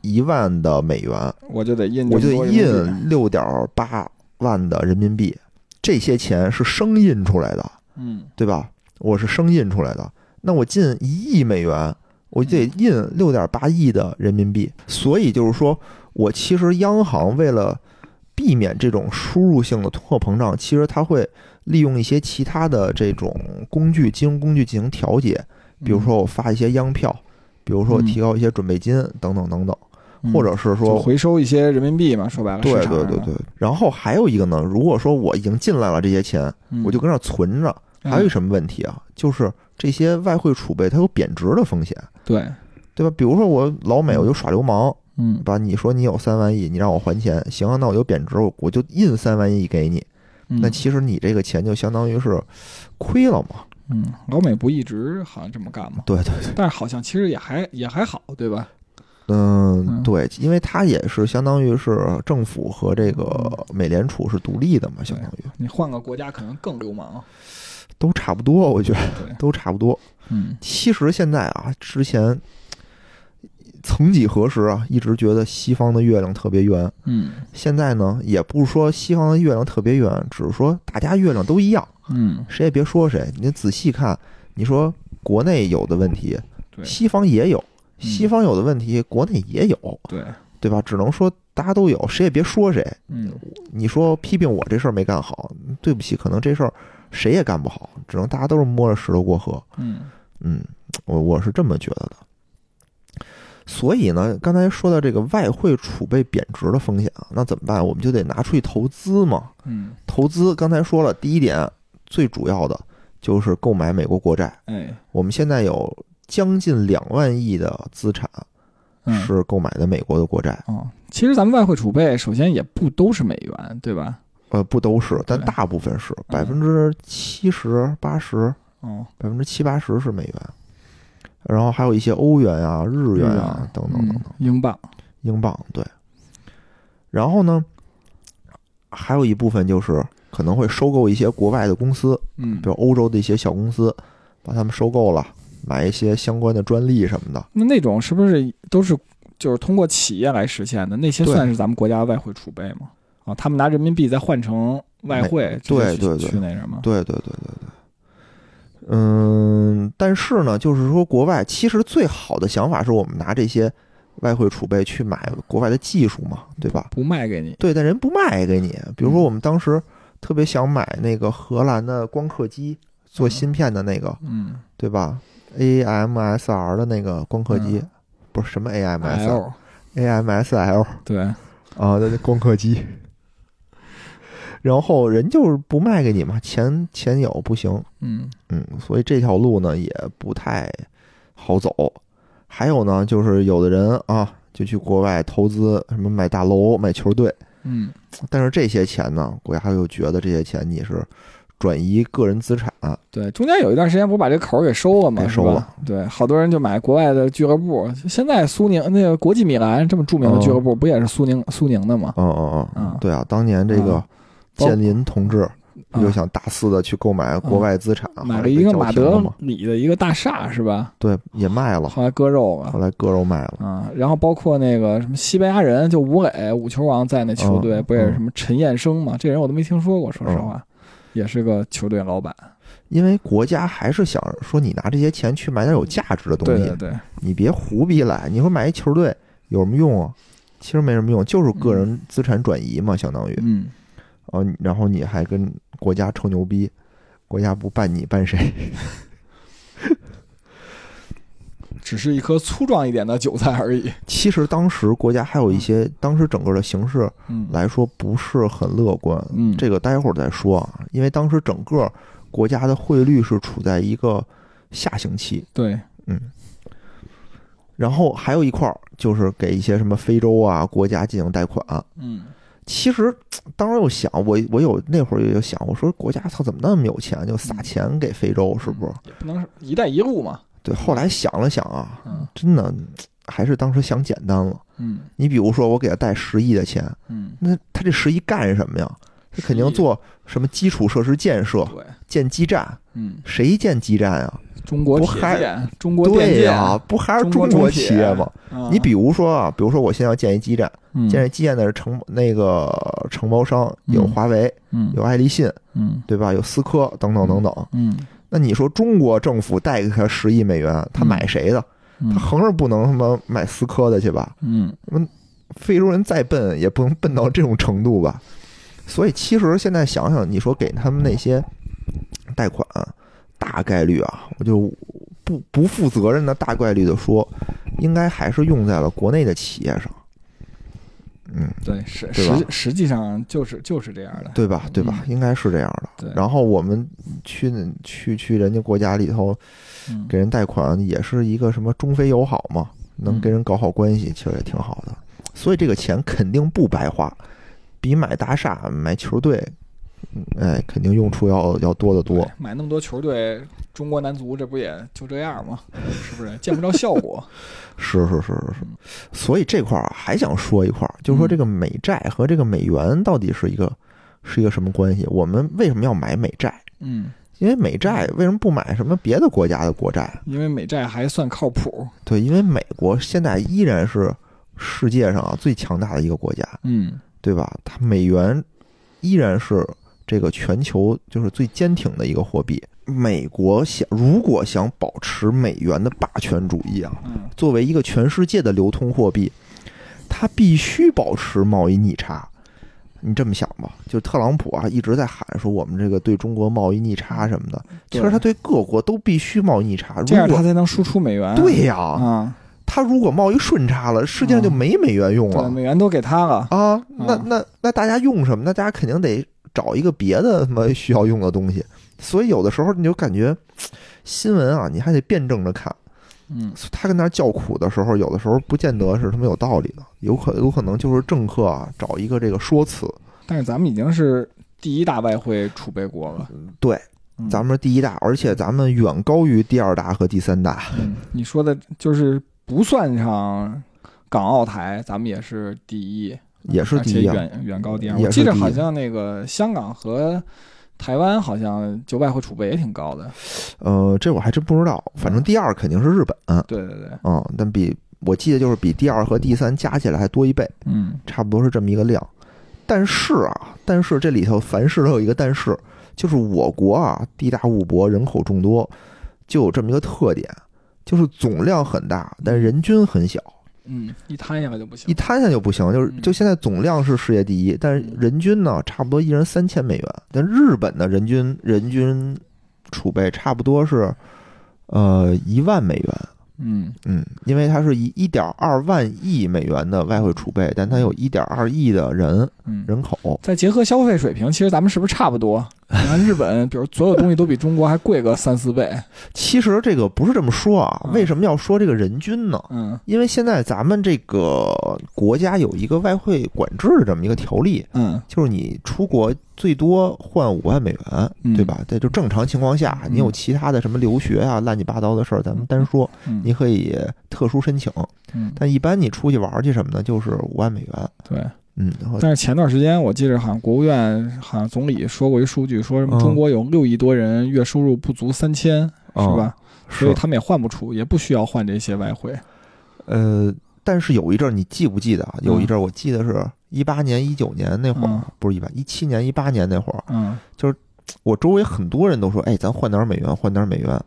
S1: 一万的美元，
S2: 我就得印
S1: 我
S2: 这么
S1: 就
S2: 多人民币，
S1: 印六点八万的人民币，这些钱是生印出来的，
S2: 嗯
S1: 对吧？我是生印出来的，那我进一亿美元，我就得印六点八亿的人民币。所以就是说我其实央行为了避免这种输入性的通货膨胀，其实它会利用一些其他的这种工具、金融工具进行调节，比如说我发一些央票，比如说我提高一些准备金等等等等，
S2: 嗯
S1: 或者是
S2: 就
S1: 说
S2: 回收一些人民币嘛，说白了，
S1: 对
S2: 市场
S1: 对
S2: 上
S1: 对
S2: 的
S1: 对，。然后还有一个呢，如果说我已经进来了这些钱，
S2: 嗯
S1: 我就跟那儿存着，还有一什么问题啊？就是这些外汇储备它有贬值的风险。
S2: 对，
S1: 对吧？比如说我老美，我就耍流氓，
S2: 嗯
S1: 对吧？你说你有三万亿，你让我还钱，行啊，那我就贬值，我我就印三万亿给你，
S2: 嗯
S1: 那其实你这个钱就相当于是亏了嘛。
S2: 嗯，老美不一直好像这么干吗？
S1: 对对对，
S2: 但是好像其实也还也还好，对吧？
S1: 嗯
S2: 嗯，
S1: 对，因为它也是相当于是政府和这
S2: 嗯
S1: 个美联储是独立的嘛，相当于
S2: 你换个国家可能更流氓。
S1: 都差不多，我觉
S2: 对
S1: 得都差不多。
S2: 嗯
S1: 其实现在啊，之前曾几何时啊，一直觉得西方的月亮特别圆。
S2: 嗯
S1: 现在呢，也不是说西方的月亮特别圆，只是说大家月亮都一样，
S2: 嗯，
S1: 谁也别说谁。你仔细看，你说国内有的问题，
S2: 对
S1: 西方也有；
S2: 嗯
S1: 西方有的问题，国内也有，
S2: 对，
S1: 对吧？只能说大家都有，谁也别说谁。
S2: 嗯
S1: 你说批评我这事儿没干好，对不起，可能这事儿谁也干不好，只能大家都是摸着石头过河。
S2: 嗯
S1: 嗯，我我是这么觉得的。所以呢，刚才说到这个外汇储备贬值的风险啊，那怎么办？我们就得拿出去投资嘛。
S2: 嗯，
S1: 投资刚才说了，第一点最主要的就是购买美国国债。
S2: 哎，
S1: 我们现在有将近两万亿的资产
S2: 嗯
S1: 是购买的美国的国债，
S2: 哦，其实咱们外汇储备首先也不都是美元，对吧？
S1: 呃，不都是，但
S2: 对
S1: 大部分是百分之七十八十，
S2: 哦，
S1: 百分之七八十是美元，然后还有一些欧元啊、日元啊等等等等。
S2: 嗯，英镑，
S1: 英镑对。然后呢，还有一部分就是可能会收购一些国外的公司，
S2: 嗯
S1: 比，如欧洲的一些小公司，把他们收购了，买一些相关的专利什么的。
S2: 那那种是不是都是就是通过企业来实现的？那些
S1: 对
S2: 算是咱们国家外汇储备吗？啊，他们拿人民币再换成外汇，直接
S1: 哎对
S2: 去
S1: 对对
S2: 去那什么？
S1: 对对对对对。嗯，但是呢，就是说国外其实最好的想法是我们拿这些外汇储备去买国外的技术嘛，对吧？
S2: 不卖给你。
S1: 对，但人不卖给你。比如说我们当时特别想买那个荷兰的光刻机做芯片的那个，
S2: 嗯
S1: 对吧？AMSR 的那个光刻机，
S2: 嗯
S1: 不是什么
S2: ，L
S1: AMS，AMSL
S2: 对，
S1: 啊，那那光刻机。然后人就是不卖给你嘛，钱钱有不行，
S2: 嗯
S1: 嗯，所以这条路呢也不太好走。还有呢，就是有的人啊，就去国外投资，什么买大楼、买球队，
S2: 嗯
S1: 但是这些钱呢，国家又觉得这些钱你是转移个人资产，嗯
S2: 对，中间有一段时间不是把这口儿给收了吗？
S1: 给
S2: 是
S1: 收
S2: 吧
S1: 了。
S2: 对，好多人就买国外的俱乐部。现在苏宁那个国际米兰这么著名的俱乐部，不也是苏宁苏宁的吗？
S1: 嗯嗯
S2: 嗯
S1: 嗯，对啊，当年这个
S2: 啊包
S1: 建林同志。
S2: 啊
S1: 又想大肆的去购买国外资产，
S2: 买
S1: 后
S2: 了
S1: 来
S2: 一
S1: 被
S2: 个
S1: 叫
S2: 马
S1: 停
S2: 德
S1: 了嘛，
S2: 里的一个大厦是吧？
S1: 对，也卖了，
S2: 后来割肉了
S1: 后。来割肉卖了，
S2: 啊，然后包括那个什么西班牙人，就吴磊五球王在那球队，
S1: 嗯
S2: 不也是什么陈彦生嘛？这人我都没听说过，说实
S1: 嗯
S2: 话，也是个球队老板。
S1: 因为国家还是想说你拿这些钱去买点有价值的东
S2: 对
S1: 西，
S2: 对对，
S1: 你别胡逼来，你说买一球队有什么用啊？其实没什么用，就是个人资产转移嘛，相当于，
S2: 嗯，
S1: 哦，你然后你还跟国家吹牛逼，国家不办你办谁？
S2: 只是一颗粗壮一点的韭菜而已。
S1: 其实当时国家还有一些，当时整个的形势
S2: 嗯，，
S1: 来说不是很乐观，
S2: 嗯，
S1: 这个待会儿再说啊，因为当时整个国家的汇率是处在一个下行期，嗯
S2: 对，
S1: 然后还有一块儿就是给一些什么非洲啊国家进行贷款。啊
S2: 嗯
S1: 其实当时我想，我我有那会儿也有想，我说国家操怎么那么有钱，就撒钱给非洲是不是？
S2: 也不能是“一带一路”嘛。
S1: 对，后来想了想啊，
S2: 嗯
S1: 真的还是当时想简单了。
S2: 嗯
S1: 你比如说，我给他贷十亿的钱，
S2: 嗯，
S1: 那他这十亿干什么呀？他肯定做什么基础设施建设，
S2: 对，
S1: 建基站，
S2: 嗯，
S1: 谁建基站啊？
S2: 中国
S1: 不
S2: 铁
S1: 还
S2: 建、中国电
S1: 对
S2: 建啊
S1: 呀、不还是
S2: 中国
S1: 中
S2: 中
S1: 国
S2: 铁
S1: 企业吗？
S2: 啊
S1: 你比如说啊，比如说我现在要建一基站，
S2: 嗯
S1: 建这基站的是承那个承包商有
S2: 嗯
S1: 华为、
S2: 嗯
S1: 有爱立信，
S2: 嗯
S1: 对吧？有思科等等等等。
S2: 嗯
S1: 那你说中国政府贷给他十亿美元，他买谁的？
S2: 嗯
S1: 他横着不能他妈买思科的去吧？
S2: 嗯
S1: 非洲人再笨也不能笨到这种程度吧？所以其实现在想想，你说给他们那些贷款，啊大概率啊，我就不不负责任的大概率的说，应该还是用在了国内的企业上，嗯，
S2: 对，实
S1: 对吧
S2: 实实际上就是就是这样的。
S1: 对吧？对吧？应该是这样
S2: 对
S1: 的。然后我们去去去人家国家里头
S2: 嗯
S1: 给人贷款，也是一个什么中非友好嘛，能跟人搞好关系，其实也挺好的。所以这个钱肯定不白花，比买大厦、买球队，嗯哎，肯定用处要要多得多
S2: 对。买那么多球队，中国男足这不也就这样吗？是不是见不着 效果？
S1: 是是是是是。所以这块儿啊还想说一块儿，就是说这个美债和这个美元到底是一个是一个什么关系？我们为什么要买美债？
S2: 嗯，
S1: 因为美债为什么不买什么别的国家的国债？
S2: 因为美债还算靠谱。
S1: 对，因为美国现在依然是世界上啊最强大的一个国家，
S2: 嗯
S1: 对吧？它美元依然是这个全球就是最坚挺的一个货币。美国想如果想保持美元的霸权主义啊，
S2: 嗯
S1: 作为一个全世界的流通货币，它必须保持贸易逆差。你这么想吧，就特朗普啊一直在喊说我们这个对中国贸易逆差什么的，其
S2: 嗯对
S1: 实他对各国都必须贸易逆差。
S2: 这样
S1: 如
S2: 他
S1: 果
S2: 才能输出美元。
S1: 对呀、
S2: 啊，
S1: 他如果贸易顺差了，世界上就没美元用
S2: 嗯对，
S1: 了
S2: 美元都给他了。
S1: 啊。那
S2: 啊
S1: 那那大家用什么？那大家肯定得找一个别的什么 需要用的东西。所以有的时候你就感觉新闻啊，你还得辩证着看。
S2: 嗯
S1: 他跟那儿叫苦的时候，有的时候不见得是他们有道理的，有可有可能就是政客啊找一个这个说辞。
S2: 但是咱们已经是第一大外汇储备国了。
S1: 对，
S2: 嗯
S1: 咱们是第一大，而且咱们远高于第二大和第三大。
S2: 嗯你说的就是不算上港澳台，咱们也是第一，
S1: 也是第一啊
S2: 嗯而且远远高第二。
S1: 也
S2: 我
S1: 是第
S2: 记
S1: 一
S2: 得好像那个香港和台湾好像就外汇储备也挺高的。
S1: 呃，这我还真不知道，反
S2: 嗯
S1: 正第二肯定是日本，嗯，
S2: 对对对，
S1: 嗯但比我记得就是比第二和第三加起来还多一倍，
S2: 嗯
S1: 差不多是这么一个量。但是啊，但是这里头凡事都有一个但是，就是我国啊地大物博，人口众多，就有这么一个特点，就是总量很大，但人均很小。
S2: 嗯，一摊下来就不行
S1: 一。摊下就不行，就是
S2: 嗯
S1: 就现在总量是世界第一，但是人均呢，差不多一人三千美元。但日本的人均人均储备差不多是呃一万美元，
S2: 嗯
S1: 嗯，因为它是一一点二万亿美元的外汇储备，但它有一点二亿的人
S2: 嗯。
S1: 人口。
S2: 再结合消费水平，其实咱们是不是差不多？你看日本，比如所有东西都比中国还贵个三四倍。
S1: 其实这个不是这么说啊，
S2: 嗯
S1: 为什么要说这个人均呢？
S2: 嗯
S1: 因为现在咱们这个国家有一个外汇管制的这么一个条例，
S2: 嗯
S1: 就是你出国最多换五万美元，
S2: 嗯
S1: 对吧？这就正常情况下，
S2: 嗯
S1: 你有其他的什么留学啊、乱七八糟的事儿，咱们单说，
S2: 嗯，
S1: 你可以特殊申请。
S2: 嗯
S1: 但一般你出去玩儿去什么的，就是五万美元。
S2: 对。
S1: 嗯，然后
S2: 但是前段时间我记得好像国务院好像总理说过一数据，说什么
S1: 嗯
S2: 中国有六亿多人月收入不足三千、哦是
S1: 哦
S2: 吧？所以
S1: 是
S2: 他们也换不出，也不需要换这些外汇。
S1: 呃，但是有一阵儿你记不记得啊？有一
S2: 嗯
S1: 阵儿我记得是一八年、一九年那会儿
S2: 嗯，
S1: 不是一八一七年、一八年那会儿，
S2: 嗯
S1: 我周围很多人都说，哎，咱换点儿美元，换点儿美元。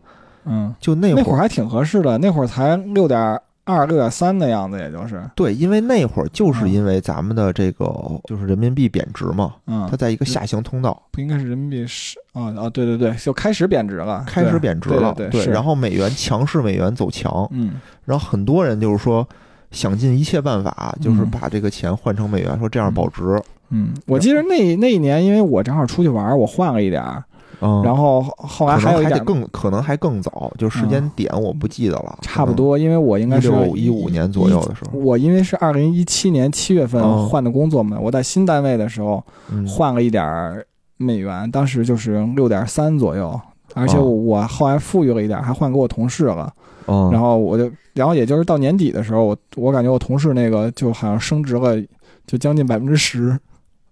S2: 嗯，
S1: 就那
S2: 那
S1: 会
S2: 会儿
S1: 儿，
S2: 还挺合适的，那会儿才六点二、六点三的样子，也就是
S1: 对，因为那会儿就是
S2: 嗯
S1: 因为咱们的这个就是人民币贬值嘛，
S2: 嗯
S1: 它，在一个下行通道
S2: 不应该是人民币十啊啊，对对对，就开始贬值了，
S1: 开始贬值了，
S2: 对对对
S1: 对，
S2: 是
S1: 然后美元强势美元走强
S2: 对，嗯
S1: 然后很多人就是说想尽一切办法，就是
S2: 嗯
S1: 把这个钱换成美元，说这样保值，
S2: 嗯，我记得那那一年，因为我正好出去玩，我换了一点儿，
S1: 嗯，
S2: 然后后来
S1: 可
S2: 还有
S1: 能还
S2: 一点嗯
S1: 得更，可能还更早，就时间点我不记得了，
S2: 差不多，因为我应该
S1: 一
S2: 是
S1: 六一五年左右的时候，
S2: 我因为是二零一七年七月
S1: 哦
S2: 份换的工作嘛，我在新单位的时候
S1: 嗯
S2: 换了一点儿美元，当时就是六点三左右，而且
S1: 哦
S2: 我后来富裕了一点儿，还换给我同事了。
S1: 嗯，
S2: 然后我就，然后也就是到年底的时候，我我感觉我同事那个就好像升值了，就将近百分之十，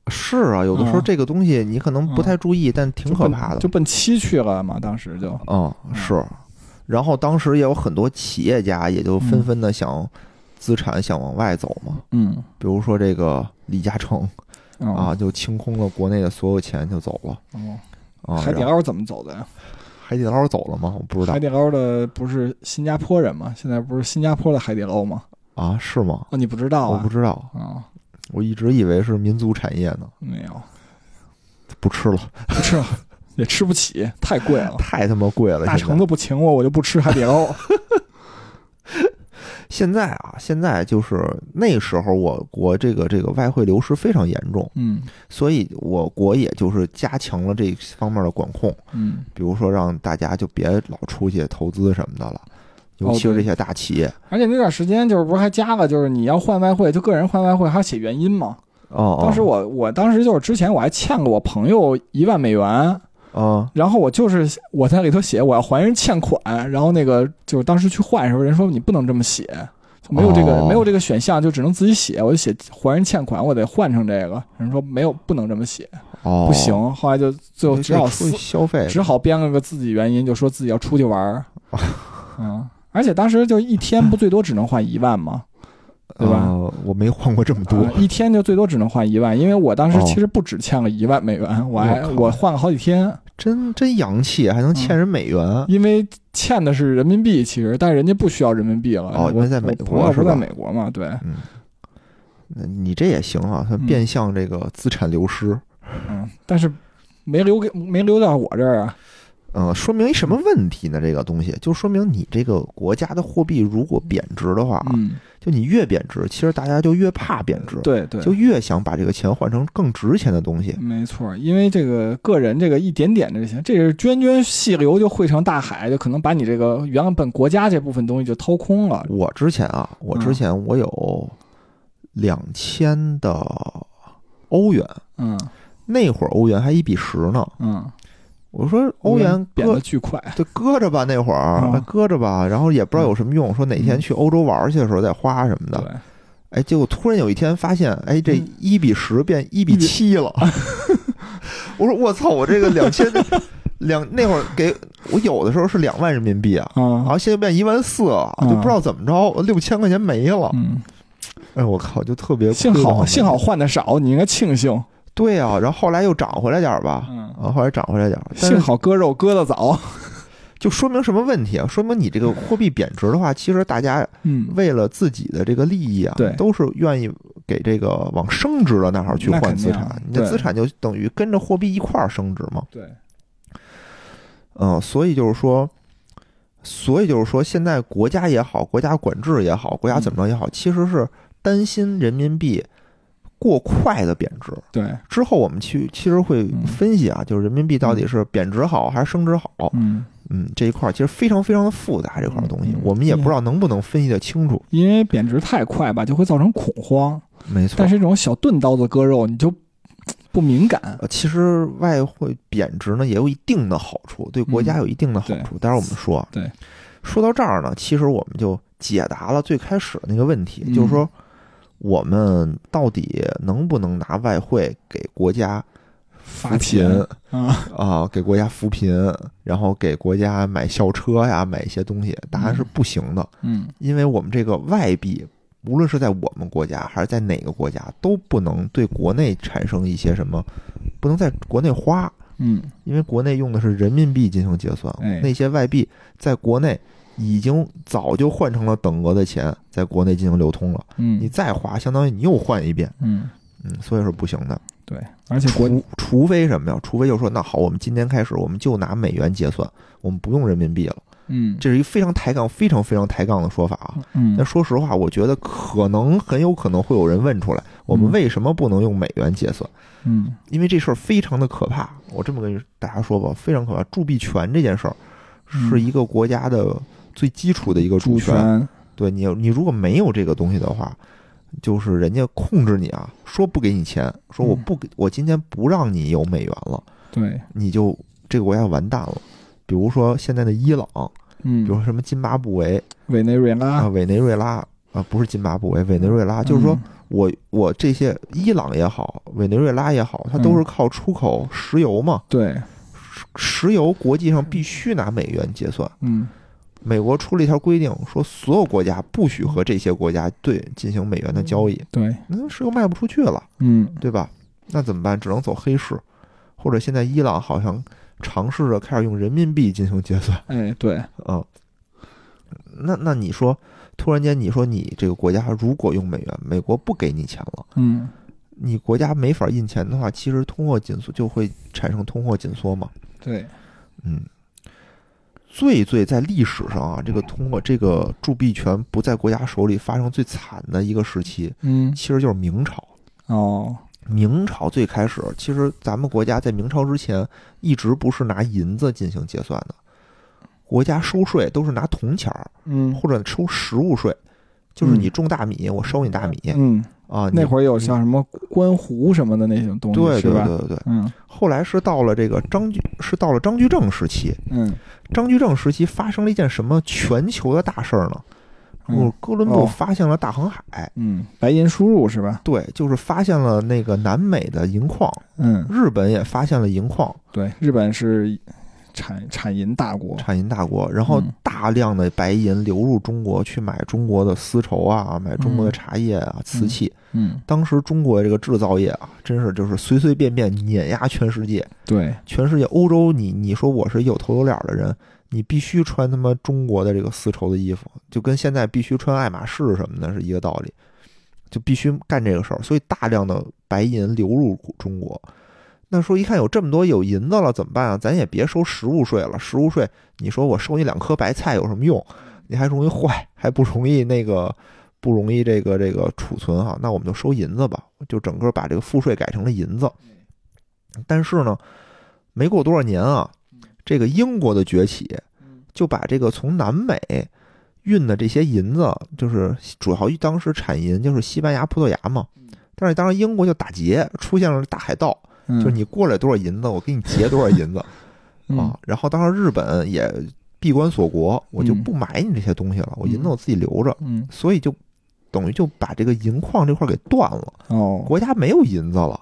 S1: 是啊，有的时候
S2: 嗯
S1: 这个东西你可能不太注意，但挺
S2: 就
S1: 可
S2: 奔
S1: 怕的，
S2: 就奔七去了嘛，当时就
S1: 嗯，是。然后当时也有很多企业家也就纷纷的想资产想往外走嘛，
S2: 嗯
S1: 比如说这个李嘉诚
S2: 嗯
S1: 啊，就清空了国内的所有钱就走了
S2: 哦
S1: 啊。
S2: 海底
S1: 然后
S2: 捞怎么走的呀？
S1: 海底捞走了吗？我不知道
S2: 海底捞的不是新加坡人吗？现在不是新加坡的海底捞吗？
S1: 啊，是吗？
S2: 哦，你不知道
S1: 我
S2: 啊
S1: 不？知道，
S2: 啊，
S1: 我一直以为是民族产业呢，
S2: 没有。
S1: 不吃了，。
S2: 不吃了，也吃不起，太贵了
S1: 太他妈贵了。
S2: 大
S1: 现在
S2: 橙子不请我，我就不吃海底捞。
S1: 现在啊，现在就是那时候我国这个这个外汇流失非常严重，
S2: 嗯
S1: 所以我国也就是加强了这方面的管控。
S2: 嗯
S1: 比如说让大家就别老出去投资什么的了，尤其
S2: 哦
S1: 是
S2: 对
S1: 这些大企业。
S2: 而且那段时间就是不是还加了，就是你要换外汇，就个人换外汇还要写原因嘛。
S1: 哦，
S2: 当时我我当时就是之前我还欠了我朋友一万美元，
S1: 啊
S2: 然后我就是我在里头写我要还人欠款，然后那个就是当时去换的时候，人说你不能这么写，就没有这个、
S1: 哦
S2: 没有这个选项，就只能自己写。我就写还人欠款，我得换成这个。人说没有不能这么写，
S1: 哦，
S2: 不行。，后来就最后只好撕
S1: 消费
S2: 只好编了个自己原因，就说自己要出去玩 儿。嗯，而且当时就一天不最多只能换一万嘛，对吧
S1: 呃我没换过这么多
S2: 啊，一天就最多只能换一万，因为我当时
S1: 哦
S2: 其实不止欠了一万美元，我还
S1: 我靠
S2: 我换了好几天，
S1: 真真洋气，还能欠人美元。
S2: 因为欠的是人民币，其实但是人家不需要人民币了。
S1: 哦因为
S2: 我
S1: 在美国
S2: 我朋友
S1: 是
S2: 不
S1: 吧
S2: 在美国嘛，对，
S1: 嗯，那你这也行啊，算
S2: 嗯
S1: 变相这个资产流失。
S2: 嗯，但是没留给没留到我这儿啊。
S1: 嗯，说明一什么问题呢？这个东西就说明你这个国家的货币如果贬值的话，
S2: 嗯，
S1: 就你越贬值，其实大家就越怕贬值，
S2: 对对，嗯
S1: 就越想把这个钱换成更值钱的东西。
S2: 没错，因为这个个人这个一点点的这些，这是涓涓细流就汇成大海，就可能把你这个原本国家这部分东西就掏空了。
S1: 我之前
S2: 嗯
S1: 啊，我之前我有两千的欧元，
S2: 嗯
S1: 那会儿欧元还一比十呢。
S2: 嗯，
S1: 我说欧元
S2: 贬得
S1: 搁
S2: 巨快。
S1: 就搁着吧，那会儿、啊
S2: 嗯
S1: 搁着吧，然后也不知道有什么用，说哪天去欧洲玩去的时候再花什么的。
S2: 对，
S1: 哎，结果突然有一天发现，哎，这
S2: 嗯
S1: 一比十变一比七 了。我说我操，我这个两千两那会儿给我有的时候是两万人民币啊，然
S2: 啊，
S1: 后现在变一万四了，
S2: 嗯
S1: 就不知道怎么着，六千块钱没了。
S2: 嗯，
S1: 哎，我靠，就特别
S2: 幸
S1: 亏得慌
S2: 好
S1: 的
S2: 幸好换的少，你应该庆幸。
S1: 对啊，然后后来又涨回来点儿吧，
S2: 嗯，
S1: 啊，后来涨回来点儿，但
S2: 幸
S1: 是
S2: 好割肉割得早。
S1: 就说明什么问题啊？说明你这个货币贬值的话，其实大家
S2: 嗯，
S1: 为了自己的这个利益啊，
S2: 对
S1: 都是愿意给这个往升值的那儿去
S2: 那
S1: 换
S2: 肯
S1: 资
S2: 定啊
S1: 产，你的
S2: 对
S1: 资产就等于跟着货币一块儿升值嘛。
S2: 对，
S1: 嗯，所以就是说，所以就是说，现在国家也好，国家管制也好，国家怎么着也
S2: 嗯
S1: 好，其实是担心人民币过快的贬值。
S2: 对，
S1: 之后我们去其实会
S2: 嗯
S1: 分析啊，就是人民币到底是贬值好还是升值好？
S2: 嗯，
S1: 嗯，这一块儿其实非常非常的复杂，这块儿东西
S2: 嗯嗯
S1: 我们也不知道能不能分析得清楚。
S2: 因为贬值太快吧，就会造成恐慌。
S1: 没错
S2: 但，是这种小钝刀子割肉，你就不敏感。
S1: 呃，其实外汇贬值呢也有一定的好处，对国家
S2: 嗯
S1: 有一定的好处。待会儿我们说啊，
S2: 对，
S1: 说到这儿呢，其实我们就解答了最开始的那个问题，
S2: 嗯
S1: 就是说我们到底能不能拿外汇给国家扶
S2: 发
S1: 贫
S2: 钱啊，
S1: 啊，给国家扶贫，然后给国家买校车呀，买一些东西，答案是不行的，
S2: 嗯，
S1: 因为我们这个外币。无论是在我们国家还是在哪个国家，都不能对国内产生一些什么，不能在国内花。
S2: 嗯，
S1: 因为国内用的是人民币进行结算，
S2: 哎
S1: 那些外币在国内已经早就换成了等额的钱，在国内进行流通了。
S2: 嗯，
S1: 你再花，相当于你又换一遍，
S2: 嗯，
S1: 嗯，所以是不行的。
S2: 对，而且国
S1: 除除非什么呀？除非就说那好，我们今天开始我们就拿美元结算，我们不用人民币了。
S2: 嗯
S1: 这是一非常抬杠、非常非常抬杠的说法啊。
S2: 嗯
S1: 但说实话，我觉得可能很有可能会有人问出来，我们
S2: 嗯
S1: 为什么不能用美元结算？
S2: 嗯
S1: 因为这事儿非常的可怕。我这么跟大家说吧，非常可怕。铸币权这件事儿
S2: 嗯
S1: 是一个国家的最基础的一个
S2: 主
S1: 权。对你有，你如果没有这个东西的话，就是人家控制你啊，说不给你钱，说我
S2: 嗯
S1: 不给，我今天不让你有美元了，
S2: 对，
S1: 你就这个国家就完蛋了。比如说现在的伊朗，比
S2: 嗯
S1: 如，说什么津巴布韦
S2: 委内瑞
S1: 啊、
S2: 拉，
S1: 委内瑞拉啊、不是津巴布韦，委内瑞拉，啊就是说
S2: 嗯
S1: 我我这些伊朗也好，委内瑞拉也好，它都是靠出口石油嘛，
S2: 对，
S1: 石油国际上必须拿美元结算。
S2: 嗯
S1: 美国出了一条规定，说所有国家不许和这些国家对进行美元的交易。
S2: 对，
S1: 那石油卖不出去了，
S2: 嗯
S1: 对吧？那怎么办？只能走黑市，或者现在伊朗好像尝试着开始用人民币进行结算
S2: 哎对，
S1: 啊、那那你说，突然间你说你这个国家如果用美元，美国不给你钱了，
S2: 嗯
S1: 你国家没法印钱的话，其实通货紧缩就会产生通货紧缩嘛。
S2: 对，
S1: 嗯，最最在历史上啊，这个通过这个铸币权不在国家手里发生最惨的一个时期，
S2: 嗯
S1: 其实就是明朝。
S2: 哦，
S1: 明朝最开始，其实咱们国家在明朝之前一直不是拿银子进行结算的，国家收税都是拿铜钱儿
S2: 嗯
S1: 或者收实物税，就是
S2: 嗯
S1: 你种大米，我收你大米
S2: 嗯，
S1: 啊。你
S2: 那会儿有像什么观湖什么的那种东西，
S1: 对
S2: 是
S1: 对
S2: 吧？
S1: 对对对，
S2: 嗯
S1: 后来是到了这个张居，是到了张居正时期。
S2: 嗯
S1: 张居正时期发生了一件什么全球的大事儿呢？
S2: 嗯
S1: 哦，哥伦
S2: 哦
S1: 布发现了大航海，
S2: 嗯，白银输入是吧？
S1: 对，就是发现了那个南美的银矿，
S2: 嗯，
S1: 日本也发现了银矿，
S2: 对，日本是产产银大国，
S1: 产银大国，然后
S2: 嗯
S1: 大量的白银流入中国，去买中国的丝绸啊，买中国的茶叶啊、瓷器。
S2: 嗯，
S1: 当时中国这个制造业啊，真是就是随随便便碾压全世界，
S2: 对，
S1: 全世界欧洲你你说我是有头有脸的人，你必须穿他妈中国的这个丝绸的衣服，就跟现在必须穿爱马仕什么的是一个道理，就必须干这个事儿。所以大量的白银流入中国。那说一看有这么多有银子了，怎么办啊？咱也别收实物税了，实物税你说我收你两颗白菜有什么用？你还容易坏，还不容易那个不容易这个这个储存哈、那我们就收银子吧，就整个把这个赋税改成了银子。但是呢，没过多少年啊，这个英国的崛起就把这个从南美运的这些银子，就是主要当时产银就是西班牙、葡萄牙嘛。但是当时英国就打劫，出现了大海盗，
S2: 嗯
S1: 就是你过来多少银子，我给你劫多少银 子啊
S2: 嗯。
S1: 然后当时日本也闭关锁国，我就
S2: 嗯
S1: 不买你这些东西了，我银子
S2: 嗯
S1: 我自己留着，
S2: 嗯
S1: 所以就等于就把这个银矿这块给断了。
S2: 哦，
S1: 国家没有银子了，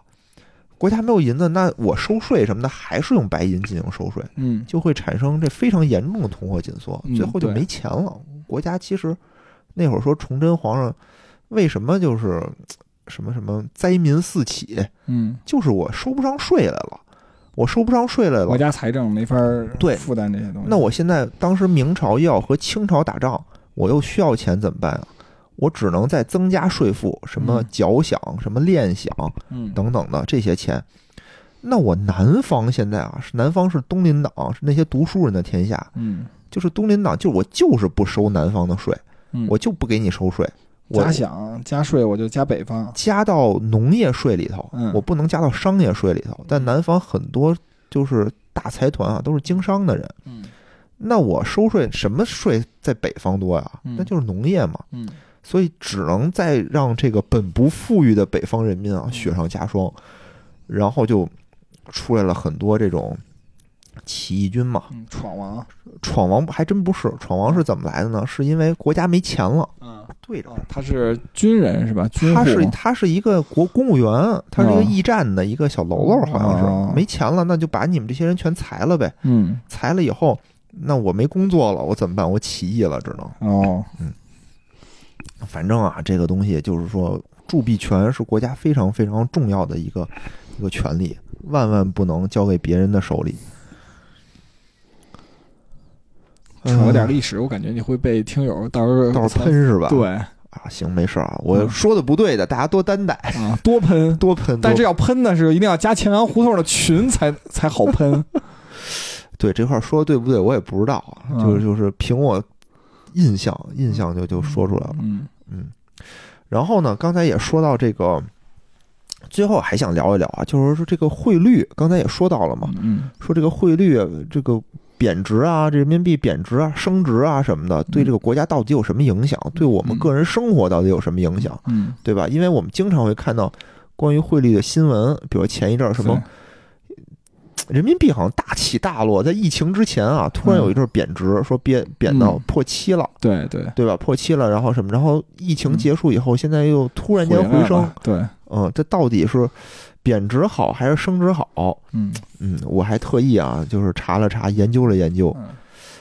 S1: 国家没有银子，那我收税什么的还是用白银进行收税，
S2: 嗯
S1: 就会产生这非常严重的通货紧缩，
S2: 嗯
S1: 最后就
S2: 对
S1: 没钱了。国家其实那会儿说崇祯皇上为什么就是什么什么灾民四起，
S2: 嗯，
S1: 就是我收不上税来了，我收不上税来
S2: 国
S1: 了。
S2: 家财政没法儿
S1: 对
S2: 负担这些东西，
S1: 那我现在当时明朝又要和清朝打仗，我又需要钱怎么办啊？我只能再增加税赋，什么
S2: 嗯
S1: 缴饷、什么练饷，
S2: 嗯
S1: 等等的这些钱。那我南方现在啊，是南方是东林党，是那些读书人的天下，
S2: 嗯
S1: 就是东林党，就我就是不收南方的税，
S2: 嗯，
S1: 我就不给你收税，我
S2: 加想加税我就加北方，
S1: 加到农业税里头
S2: 嗯，
S1: 我不能加到商业税里头。但南方很多就是大财团啊，都是经商的人，
S2: 嗯
S1: 那我收税什么税在北方多呀？
S2: 嗯
S1: 那就是农业嘛，
S2: 嗯
S1: 所以只能再让这个本不富裕的北方人民啊
S2: 嗯
S1: 雪上加霜，然后就出来了很多这种起义军嘛。
S2: 嗯，闯王，
S1: 闯王还真不是，闯王是怎么来的呢？是因为国家没钱了，
S2: 嗯，
S1: 嗯对着
S2: 哦，他是军人是吧？军户
S1: 他是他是一个国公务员，他是一个驿站的一个小喽啰，好像
S2: 哦
S1: 是没钱了，那就把你们这些人全裁了呗。
S2: 嗯
S1: 裁了以后，那我没工作了，我怎么办？我起义了，只能。
S2: 哦
S1: 反正啊，这个东西就是说，铸币权是国家非常非常重要的一个一个权利，万万不能交给别人的手里。
S2: 扯点
S1: 呃
S2: 历史，我感觉你会被听友到时候
S1: 到时候喷是吧？
S2: 对啊
S1: 啊，行，没事儿啊，我说的不对的，大家多担待，
S2: 啊多 喷，
S1: 多喷。
S2: 但
S1: 多
S2: 这要喷的是一定要加前洋胡同的群才才好喷，
S1: 对这块儿说的对不对，我也不知道啊，
S2: 嗯
S1: 就是就是凭我印象，印象就就说出来了。
S2: 嗯
S1: 嗯，然后呢，刚才也说到这个，最后还想聊一聊啊，就是说这个汇率，刚才也说到了嘛，
S2: 嗯
S1: 说这个汇率啊这个贬值啊，这人民币贬值啊、升值啊什么的，对这个国家到底有什么影响？对我们个人生活到底有什么影响？
S2: 嗯，
S1: 对吧？因为我们经常会看到关于汇率的新闻，比如前一阵儿 什么人民币好像大起大落，在疫情之前啊，突然有一阵儿贬值，说贬贬到
S2: 嗯
S1: 破七了，
S2: 对对，
S1: 对吧？破七了，然后什么？然后疫情结束以后，现在又突然间
S2: 来
S1: 回
S2: 了
S1: 升，
S2: 对，
S1: 嗯，这到底是贬值好还是升值好？
S2: 嗯
S1: 嗯，我还特意啊，就是查了查，研究了研究，
S2: 嗯。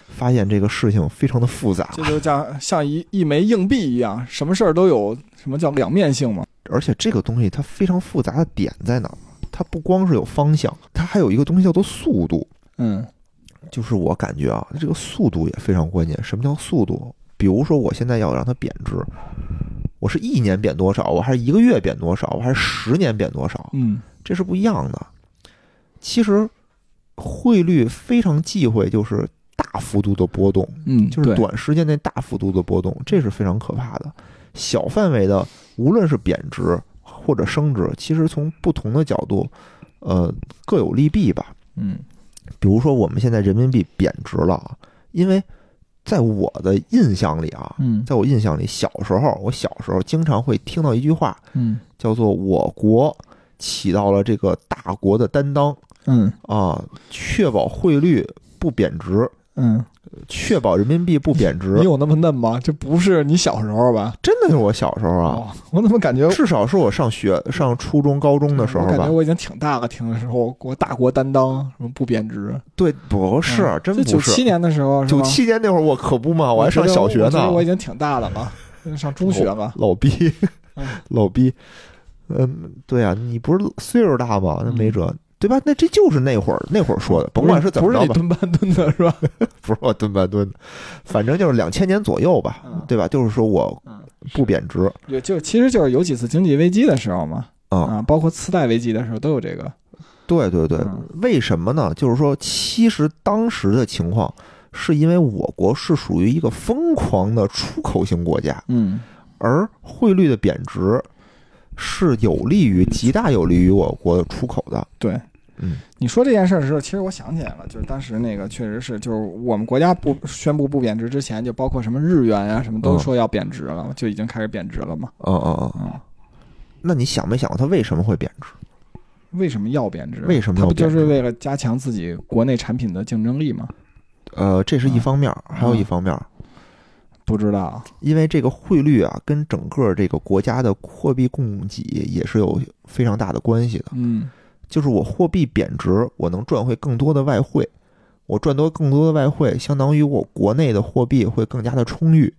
S1: 发现这个事情非常的复杂，
S2: 这就像像一一枚硬币一样，什么事儿都有什么叫两面性嘛？
S1: 而且这个东西它非常复杂的点在哪儿？它不光是有方向，它还有一个东西叫做速度。
S2: 嗯
S1: 就是我感觉啊，这个速度也非常关键。什么叫速度？比如说我现在要让它贬值，我是一年贬多少，我还是一个月贬多少，我还是十年贬多少，
S2: 嗯
S1: 这是不一样的。其实汇率非常忌讳就是大幅度的波动，
S2: 嗯，
S1: 就是
S2: 对
S1: 短时间内大幅度的波动，这是非常可怕的。小范围的，无论是贬值或者升值，其实从不同的角度，呃，各有利弊吧。
S2: 嗯
S1: 比如说，我们现在人民币贬值了啊，因为在我的印象里啊，
S2: 嗯
S1: 在我印象里，小时候我小时候经常会听到一句话，
S2: 嗯
S1: 叫做“我国起到了这个大国的担当
S2: 嗯
S1: 啊，确保汇率不贬值，
S2: 嗯，
S1: 确保人民币不贬
S2: 你
S1: 值
S2: 有那么嫩吗？这不是你小时候吧”。？
S1: 真的是我小时候啊，
S2: 哦，我怎么感觉
S1: 至少是我上学上初中、高中的时候
S2: 嗯我感
S1: 吧
S2: 觉。我已经挺大了，听的时候，国大国担当，什么不贬值，
S1: 对，不是
S2: 嗯，
S1: 真
S2: 就
S1: 不
S2: 九
S1: 是。
S2: 七年的时候，是
S1: 九
S2: 吗
S1: 七年那会儿我可不嘛，我还上小学
S2: 我觉
S1: 呢
S2: 得我，已经挺大的了，上中学了。
S1: 老逼
S2: 嗯，
S1: 老逼。嗯，对啊，你不是岁数大吗？那
S2: 嗯
S1: 没辙，对吧？那这就是那会儿那会儿说的，甭管
S2: 不
S1: 是怎么
S2: 不
S1: 着
S2: 是
S1: 吧
S2: 你，蹲班蹲的是吧？
S1: 不是我蹲吧蹲，反正就是两千年左右吧
S2: 嗯，
S1: 对吧？就是说我
S2: 嗯
S1: 不贬值
S2: 有就其实就是有几次经济危机的时候嘛，
S1: 啊，
S2: 啊，包括次贷危机的时候都有这个。
S1: 对对对
S2: 嗯，
S1: 为什么呢？就是说，其实当时的情况是因为我国是属于一个疯狂的出口型国家，
S2: 嗯
S1: 而汇率的贬值是有利于极大有利于我国的出口的。
S2: 对，
S1: 嗯，
S2: 你说这件事儿的时候，其实我想起来了，就是当时那个确实是，就是我们国家不宣布不贬值之前，就包括什么日元呀、什么都
S1: 嗯
S2: 说要贬值了，就已经开始贬值了嘛。
S1: 嗯嗯嗯，
S2: 嗯，
S1: 那你想没想过它为什么会贬值？
S2: 为什么要贬值？
S1: 为什么
S2: 它
S1: 要
S2: 不就
S1: 贬
S2: 是
S1: 值？
S2: 为了加强自己国内产品的竞争力吗？
S1: 呃，这是
S2: 嗯
S1: 一方面儿，还有一方面儿，
S2: 不知道，啊
S1: 因为这个汇率啊，跟整个这个国家的货币供给也是有非常大的关系的。
S2: 嗯
S1: 就是我货币贬值，我能赚回更多的外汇，我赚多更多的外汇，相当于我国内的货币会更加的充裕，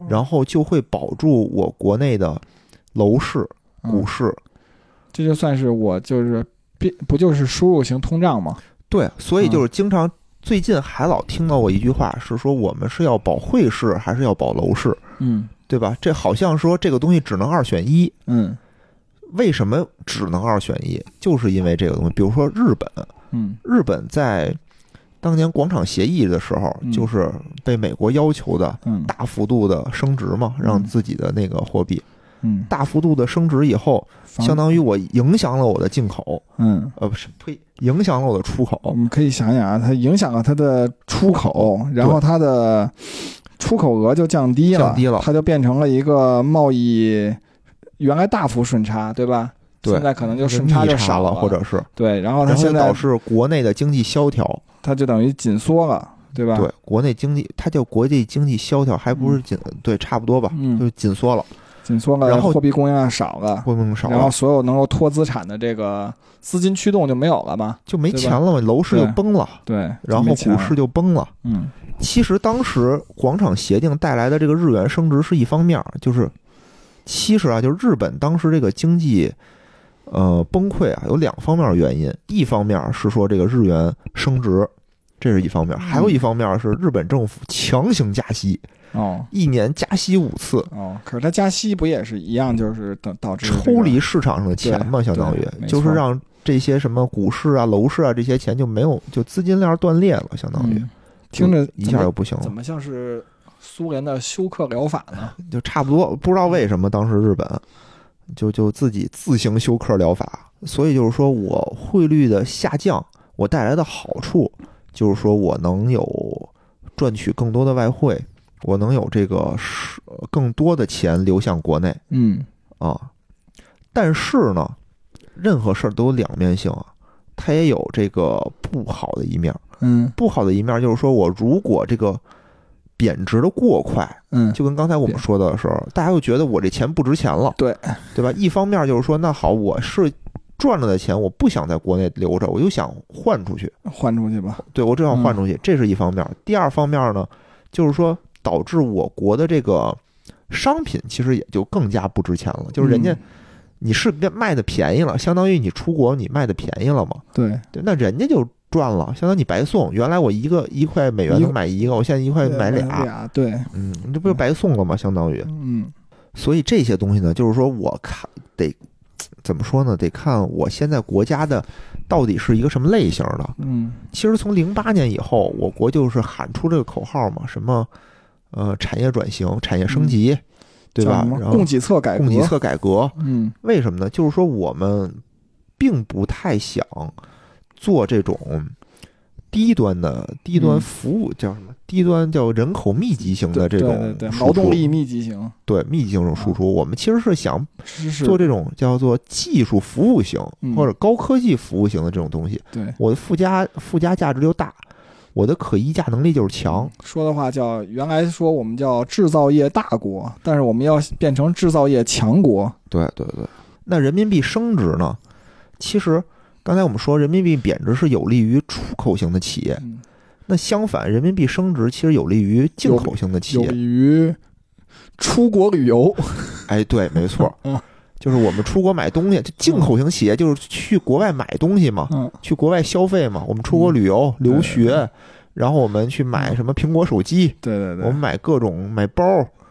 S2: 嗯
S1: 然后就会保住我国内的楼市、股
S2: 嗯，
S1: 市。
S2: 这就算是我就是变不就是输入型通胀吗？
S1: 对，所以
S2: 嗯
S1: 就是经常最近还老听到我一句话，是说我们是要保汇市还是要保楼市，
S2: 嗯
S1: 对吧？这好像说这个东西只能二选一。
S2: 嗯
S1: 为什么只能二选一？就是因为这个东西，比如说日本，
S2: 嗯
S1: 日本在当年广场协议的时候
S2: 嗯，
S1: 就是被美国要求的
S2: 嗯
S1: 大幅度的升值嘛，
S2: 嗯
S1: 让自己的那个货币
S2: 嗯，
S1: 大幅度的升值以后，
S2: 防
S1: 相当于我影响了我的进口，
S2: 嗯。
S1: 呃，不是，呸，影响了我的出
S2: 我
S1: 口。
S2: 们可以想想啊，它影响了它的出口，然后它的出口额就降低了，
S1: 降低了
S2: 它就变成了一个贸易原来大幅顺差，对吧？
S1: 对
S2: 现在可能就顺
S1: 逆
S2: 就
S1: 差
S2: 少
S1: 了，或者是，
S2: 对，然后它
S1: 然后就
S2: 现
S1: 导
S2: 在
S1: 致国内的经济萧条。
S2: 它就等于紧缩了，对吧？
S1: 对，，国内经济，它叫国际经济萧条，还不是紧，对，差不多吧，就
S2: 嗯，
S1: 是紧缩了，
S2: 紧缩了，
S1: 然后
S2: 货币供应量少了，
S1: 会更少
S2: 然后
S1: 了，
S2: 所有能够拖资产的这个资金驱动就没有了嘛？
S1: 就没
S2: 对吧
S1: 钱了嘛，楼市就
S2: 对
S1: 崩了，
S2: 对，
S1: 然后
S2: 没钱
S1: 股
S2: 了
S1: 市，就崩了。
S2: 嗯
S1: 其实当时广场协定带来的这个日元升值是一方面儿，就是其实啊，就是日本当时这个经济呃崩溃啊，有两方面儿原因，一方面儿是说这个日元升值，这是一方面儿，还
S2: 嗯
S1: 有一方面儿是日本政府强行加息，
S2: 哦
S1: 一年加息五次。
S2: 哦，可是它加息不也是一样，就是导导致这个
S1: 抽离市场上的钱嘛，相当于
S2: 对没错
S1: 就是让这些什么股市啊、楼市啊这些钱就没有，就资金链断裂了，相当于
S2: 嗯、听着
S1: 就一下
S2: 怎
S1: 就
S2: 么
S1: 不行了
S2: 怎。么像是苏联的休克疗法呢？
S1: 就差不多，不知道为什么当时日本就就自己自行休克疗法，所以就是说我汇率的下降，我带来的好处就是说我能有赚取更多的外汇，我能有这个是更多的钱流向国内
S2: 嗯
S1: 啊。但是呢，任何事儿都有两面性啊，它也有这个不好的一面儿。
S2: 嗯
S1: 不好的一面就是说我如果这个贬值的过快，
S2: 嗯，
S1: 就跟刚才我们
S2: 对
S1: 说的时候，大家又觉得我这钱不值钱了，
S2: 对
S1: 对吧？一方面就是说，那好，我是赚了的钱，我不想在国内留着，我又想换出去，
S2: 换出去吧。
S1: 对我只想换出去，这是一方面。第二方面呢，就是说导致我国的这个商品其实也就更加不值钱了，就是人家
S2: 嗯
S1: 你是卖的便宜了，相当于你出国你卖的便宜了嘛，
S2: 对
S1: 对，那人家就。赚了，相当于你白送。原来我一个一块美元能买一个，我现在一块买俩，
S2: 俩，对，
S1: 嗯，你这不就白送了吗？相当于，
S2: 嗯
S1: 所以这些东西呢，就是说我看得怎么说呢？得看我现在国家的到底是一个什么类型的。
S2: 嗯
S1: 其实从零八年以后，我国就是喊出这个口号嘛，什么呃产业转型、产业升级，对
S2: 嗯叫
S1: 吧
S2: 什？么
S1: 然后
S2: 供给侧改革，
S1: 供给侧改革，
S2: 嗯
S1: 为什么呢？就是说我们并不太想做这种低端的低端
S2: 嗯
S1: 服务，叫什么低端叫人口密集型的这种
S2: 对对对
S1: 输
S2: 劳动
S1: 出
S2: 力啊密集型，
S1: 对密集型这种输出，我们其实是想
S2: 是是，
S1: 做这种叫做技术服务型
S2: 嗯
S1: 或者高科技服务型的这种东西，
S2: 对，
S1: 我的附加附加价值就大，我的可议价能力就是强。
S2: 说的话叫原来说我们叫制造业大国，但是我们要变成制造业强国。
S1: 对对对，那人民币升值呢？其实刚才我们说人民币贬值是有利于出口型的企业，
S2: 嗯，
S1: 那相反，人民币升值其实有利于进口型的企
S2: 有
S1: 业。
S2: 利于出国旅游。
S1: 哎，对，没错
S2: 嗯，
S1: 就是我们出国买东西，就进口型企业就是去国外买东西嘛，
S2: 嗯，
S1: 去国外消费嘛。我们出国旅游、留学，然后我们去
S2: 嗯
S1: 买什么苹果手机，
S2: 对对
S1: 我们
S2: 对，
S1: 买各种买包。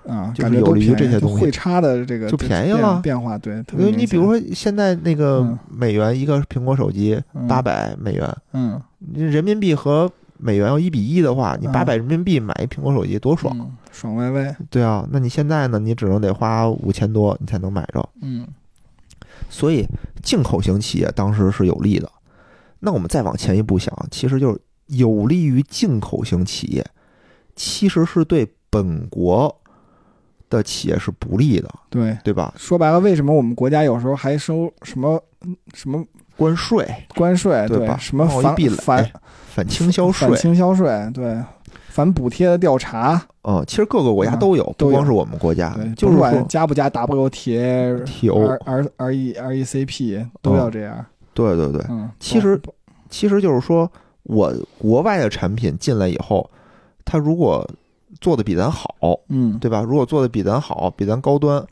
S2: 啊，
S1: 就是
S2: 感觉
S1: 有
S2: 都
S1: 利于
S2: 便宜
S1: 这些
S2: 就
S1: 东西
S2: 汇差的这个
S1: 就便宜了
S2: 变变化，对。特
S1: 因
S2: 别
S1: 为你
S2: 明
S1: 比
S2: 显
S1: 如，说现在那个
S2: 嗯
S1: 美元一个苹果手机
S2: 嗯
S1: 八百美元，
S2: 嗯，
S1: 你人民币和美元要一比一的话，你
S2: 嗯
S1: 八百人民币买一苹果手机多爽！
S2: 嗯，爽歪歪，
S1: 对啊，那你现在呢？你只能得花五千多，你才能买着。
S2: 嗯
S1: 所以进口型企业当时是有利的。那我们再往前一步想，其实就是有利于进口型企业，其实是对本国的企业是不利的，
S2: 对。
S1: 对吧？
S2: 说白了，为什么我们国家有时候还收什么嗯什么
S1: 关税、
S2: 关税，
S1: 对吧
S2: 什么
S1: 贸易
S2: 反
S1: 壁垒
S2: 反
S1: 反倾销税
S2: 反，倾销税，对，反补贴的调查，
S1: 嗯，其实各个国家都有，
S2: 都
S1: 不
S2: 有
S1: 光是我们国家
S2: 对，，
S1: 啊就是
S2: 不
S1: 说
S2: 管加不加 WTA、
S1: TO，
S2: R R R E R E C P 都要这样。
S1: 对对对，
S2: 嗯，
S1: 嗯哎其实其实就是说我国外的产品进来以后，它如果做的比咱好，
S2: 嗯，
S1: 对吧？如果做的比咱好，比咱高端，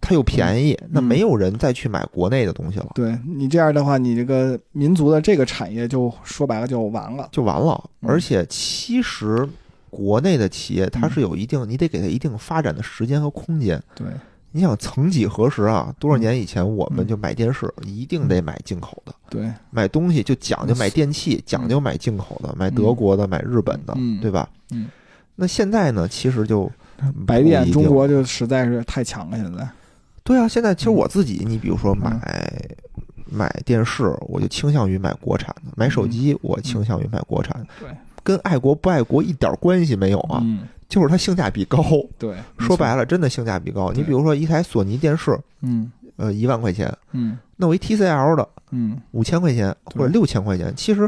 S1: 它又
S2: 嗯
S1: 便宜，那没有人再去买国内的东西了，
S2: 对你这样的话，你这个民族的这个产业就说白了就完了。
S1: 就完了。
S2: 嗯
S1: 而且其实国内的企业它
S2: 嗯
S1: 是有一定，你得给它一定发展的时间和空间。
S2: 对，
S1: 你想，曾几何时啊，多少
S2: 嗯
S1: 年以前我们
S2: 嗯
S1: 就买电视，一定得买进口的。
S2: 对，
S1: 买东西就讲
S2: 嗯
S1: 究买电器，讲究买进口的，买德国的，买日本的，
S2: 嗯
S1: 对吧？
S2: 嗯。
S1: 那现在呢，其实就
S2: 白
S1: 不
S2: 电
S1: 一定
S2: 中国就实在是太强了，现在。
S1: 对啊，现在其实我自己，你比如
S2: 嗯
S1: 说买、买电视，我就倾向于买国产的；买手机，我倾向于买国产的。
S2: 嗯对
S1: 跟爱国不爱国一点关系没有啊，
S2: 嗯，
S1: 就是它性价比高。
S2: 对，
S1: 说白
S2: 了，
S1: 了，真的性价比高。
S2: 对
S1: 你比如说一台索尼电视，
S2: 嗯
S1: 呃，一万块钱，
S2: 嗯
S1: 那我一 TCL 的
S2: 嗯
S1: 五千块钱
S2: 对
S1: 或者六千块钱，其实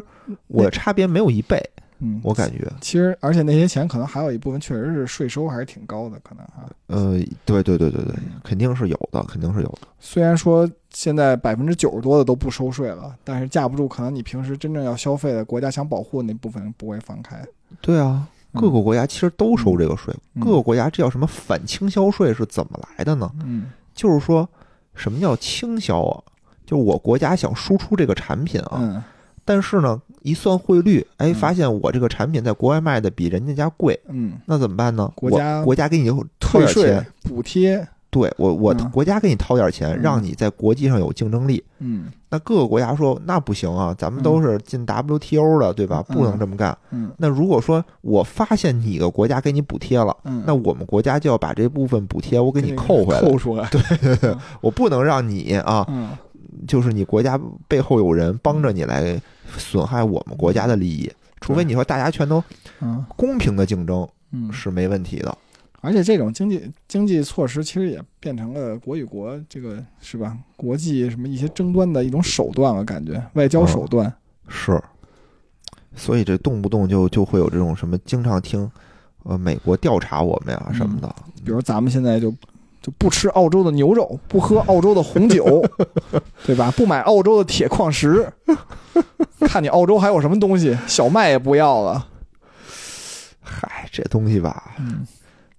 S1: 我的差别没有一倍，
S2: 嗯，
S1: 我感觉。
S2: 其实，而且那些钱可能还有一部分确实是税收还是挺高的，可能啊。
S1: 呃，对对对对对，肯定是有的，肯定是有的。
S2: 虽然说现在百分之九十多的都不收税了，但是架不住可能你平时真正要消费的，国家想保护那部分不会放开。
S1: 对啊，各个国家其实都收这个税，
S2: 嗯
S1: 各个国家这叫什么反倾销税是怎么来的呢？
S2: 嗯
S1: 就是说什么叫倾销啊？就是我国家想输出这个产品啊，
S2: 嗯
S1: 但是呢，一算汇率，哎，
S2: 嗯
S1: 发现我这个产品在国外卖的比人家家贵，
S2: 嗯，
S1: 那怎么办呢？
S2: 国家
S1: 我国家给你掏
S2: 退
S1: 点
S2: 税
S1: 钱，
S2: 补贴，
S1: 对我我、
S2: 嗯
S1: 国家给你掏点钱，
S2: 嗯
S1: 让你在国际上有竞争力。
S2: 嗯
S1: 那各个国家说那不行啊，咱们都是进 WTO 的，对吧？
S2: 嗯
S1: 不能这么干。
S2: 嗯
S1: 那如果说我发现你个国家给你补贴了，
S2: 嗯，
S1: 那我们国家就要把这部分补贴我给你扣回来，
S2: 扣出来，对，
S1: 我不能让你啊，
S2: 嗯
S1: 就是你国家背后有人帮着你来损害我们国家的利益，除非你说大家全都
S2: 嗯
S1: 公平的竞争
S2: 嗯，
S1: 是没问题的。
S2: 而且这种经济经济措施其实也变成了国与国这个是吧？国际什么一些争端的一种手段了，感觉外交手段。
S1: 是，所以这动不动就就会有这种什么，经常听，呃，美国调查我们呀、什么的，
S2: 比如咱们现在就就不吃澳洲的牛肉，不喝澳洲的红酒， 对吧？不买澳洲的铁矿石，看你澳洲还有什么东西，小麦也不要了。
S1: 嗨，这东西吧，
S2: 嗯，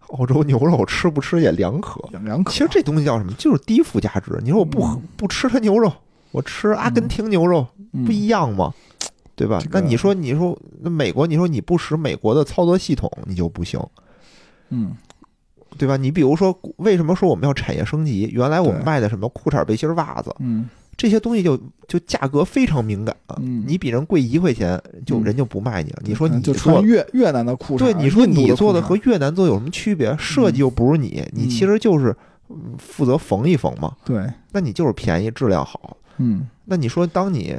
S1: 澳洲牛肉吃不吃也两可。
S2: 两两可。
S1: 其实这东西叫什么？就是低附加值。你说我不喝
S2: 嗯
S1: 不吃它牛肉，我吃阿根廷牛肉，不一
S2: 样，
S1: 样吗？对吧
S2: 这？个
S1: 那你说，你说那美国，你说你不使美国的操作系统，你就不行，
S2: 嗯，
S1: 对吧？你比如说，为什么说我们要产业升级？原来我们
S2: 对
S1: 卖的什么裤衩、背心、袜子
S2: 嗯
S1: 这些东西就，就价格非常敏感，啊
S2: 嗯，
S1: 你比人贵一块钱，就
S2: 嗯
S1: 人就不卖你了。你说
S2: 可能
S1: 你
S2: 就
S1: 做
S2: 穿，越越南的裤衩，
S1: 对，你说
S2: 印度
S1: 你做的
S2: 的裤
S1: 和
S2: 嗯衩
S1: 越南做有什么区别？设计又不是你，你其实就是嗯负责缝一缝嘛，
S2: 对，
S1: 那你就是便宜，质量好。
S2: 嗯，
S1: 那你说，当你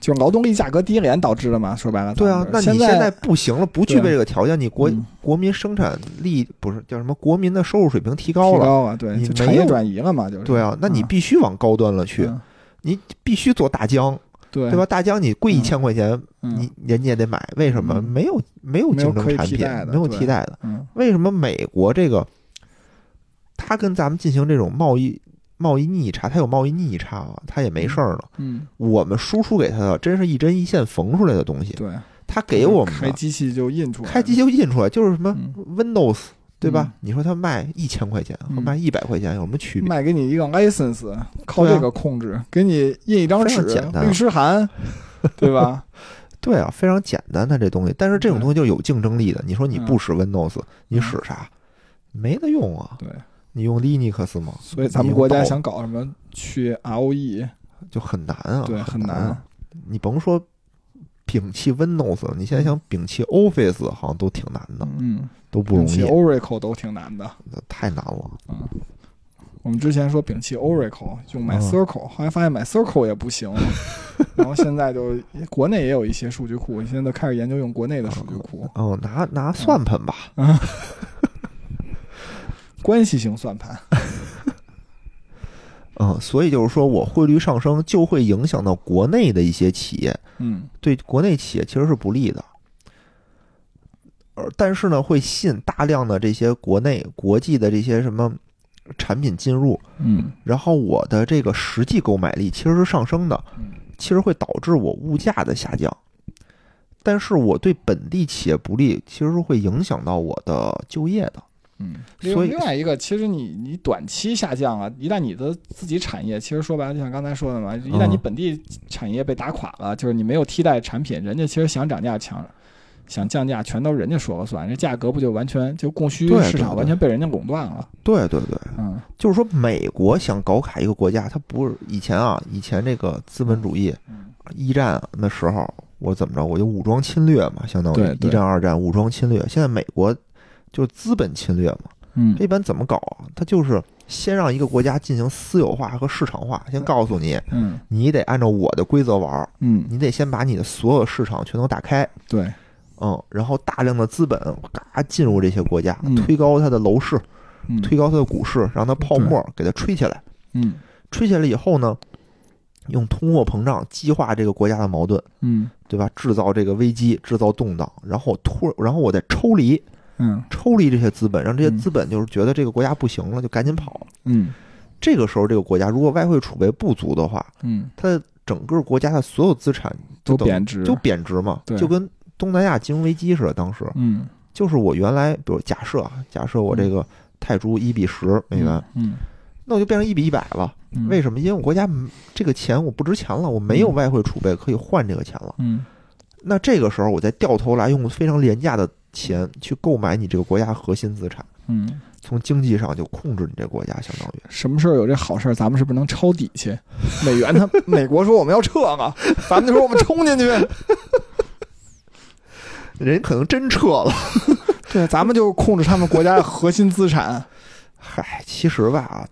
S2: 就是劳动力价格低廉导致的嘛，说白了。
S1: 对啊，那
S2: 当
S1: 你
S2: 时现
S1: 现在不行了，不具备这个条件，你国
S2: 嗯
S1: 国民生产力不是叫什么？国民的收入水平提
S2: 提
S1: 高了，
S2: 高啊，对，
S1: 你
S2: 就
S1: 没
S2: 产业
S1: 有
S2: 转移了嘛，就是
S1: 对啊，那你
S2: 嗯
S1: 必须往高端了去，
S2: 嗯
S1: 必须做大疆，
S2: 对
S1: 对吧？大疆你贵一千块钱，
S2: 嗯
S1: 你人家也得买，为什么？
S2: 嗯
S1: 没有没有
S2: 没有
S1: 竞争
S2: 可以
S1: 产
S2: 替
S1: 品，
S2: 代的
S1: 没有
S2: 对
S1: 替代的。
S2: 嗯
S1: 为什么美国这个，它跟咱们进行这种贸易贸易逆差，它有贸易逆差啊，它也没事儿呢。
S2: 嗯，
S1: 我们输出给它的真是一针一线缝出来的东西，
S2: 对，
S1: 它给我们
S2: 开
S1: 的
S2: 机器就印出来了，
S1: 开机就印出来，就是什么
S2: 嗯
S1: Windows。对吧？你说它卖一千块钱和
S2: 嗯
S1: 卖一百块钱有什么区别？
S2: 卖给你一个 license，靠这个控制，给你印一张
S1: 啊非
S2: 纸
S1: 常简、单啊
S2: 律 师函，对吧？
S1: 对啊，非常简单的这东西，但是这种
S2: 对
S1: 东西就是有竞争力的。你说你
S2: 嗯
S1: 不使 Windows，你使啥？没得用啊！
S2: 对，
S1: 你用 Linux 吗？
S2: 所以咱
S1: 你
S2: 们
S1: 用
S2: 国家
S1: 暴
S2: 想搞什么去 ROE，
S1: 就很难啊，
S2: 对，很
S1: 难啊
S2: 难。。
S1: 你甭说摒弃 Windows，了你现在想摒弃 Office 好像都挺难的，
S2: 嗯，
S1: 都不容
S2: 摒弃
S1: 易，
S2: Oracle 都挺难的。
S1: 太难了。
S2: 嗯，我们之前说摒弃 Oracle，用
S1: 嗯
S2: MyCircle，、后来发现 MyCircle 也不行， 然后现在就国内也有一些数据库，现在都开始研究用国内的数据库，
S1: 哦，拿拿算盘吧，
S2: 关系型算盘。
S1: 嗯，所以就是说我汇率上升就会影响到国内的一些企业，
S2: 嗯
S1: 对国内企业其实是不利的。而但是呢，会吸引大量的这些国内、国际的这些什么产品进入，
S2: 嗯
S1: 然后我的这个实际购买力其实是上升的，
S2: 嗯
S1: 其实会导致我物价的下降，但是我对本地企业不利，其实是会影响到我的就业的。
S2: 嗯，
S1: 所以
S2: 另外一个，其实你你短期下降啊，一旦你的自己产业，其实说白了，就像刚才说的嘛，一旦你
S1: 嗯
S2: 本地产业被打垮了，就是你没有替代产品，人家其实想涨价强。想降价，全都是人家说了算，这价格不就完全就供需
S1: 对
S2: 市
S1: 对
S2: 场
S1: 对
S2: 完全被人家垄断了？
S1: 对对对，
S2: 嗯，
S1: 就是说美国想搞垮一个国家，它不是以前啊，以前这个资本主义
S2: 嗯
S1: 一战那时候，我怎么着，我就武装侵略嘛，相当于
S2: 对对
S1: 一战、二战武装侵略。现在美国就是资本侵略嘛，
S2: 嗯
S1: 它一般怎么搞啊？它就是先让一个国家进行私有化和市场化，先告诉你，
S2: 嗯
S1: 你得按照我的规则玩儿，
S2: 嗯，
S1: 你得先把你的所有市场全都打开，
S2: 对，
S1: 嗯，然后大量的资本嘎进入这些国家
S2: 嗯，
S1: 推高它的楼市，
S2: 嗯
S1: 推高它的股市，让它泡沫给它吹起来，
S2: 嗯
S1: 吹起来以后呢，用通货膨胀激化这个国家的矛盾，
S2: 嗯
S1: 对吧？制造这个危机，制造动荡，然后我突，然后我再抽离，
S2: 嗯
S1: 抽离这些资本，让这些
S2: 嗯
S1: 资本就是觉得这个国家不行了，就赶紧跑。
S2: 嗯
S1: 这个时候，这个国家如果外汇储备不足的话，
S2: 嗯，
S1: 它的整个国家的所有资产
S2: 都
S1: 等于
S2: 贬值，
S1: 就贬值嘛
S2: 对，
S1: 就跟东南亚金融危机似的。当时
S2: 嗯
S1: 就是我原来，比如假设啊，假设我这个泰铢一比十美元，，
S2: 嗯，
S1: 那我就变成一比一百了。
S2: 嗯
S1: 为什么？因为我国家嗯这个钱我不值钱了，我没有外汇储备可以换这个钱了。
S2: 嗯
S1: 那这个时候，我再掉头来用非常廉价的钱去购买你这个国家核心资产，
S2: 嗯，
S1: 从经济上就控制你这国家，相当于。
S2: 什么事儿有这好事儿，咱们是不是能抄底去？美元 他美国说我们要撤了，咱们就说我们冲进去，
S1: 人可能真撤了。
S2: 对，咱们就控制他们国家的核心资
S1: 啊
S2: 产
S1: 嗨，其实吧，啊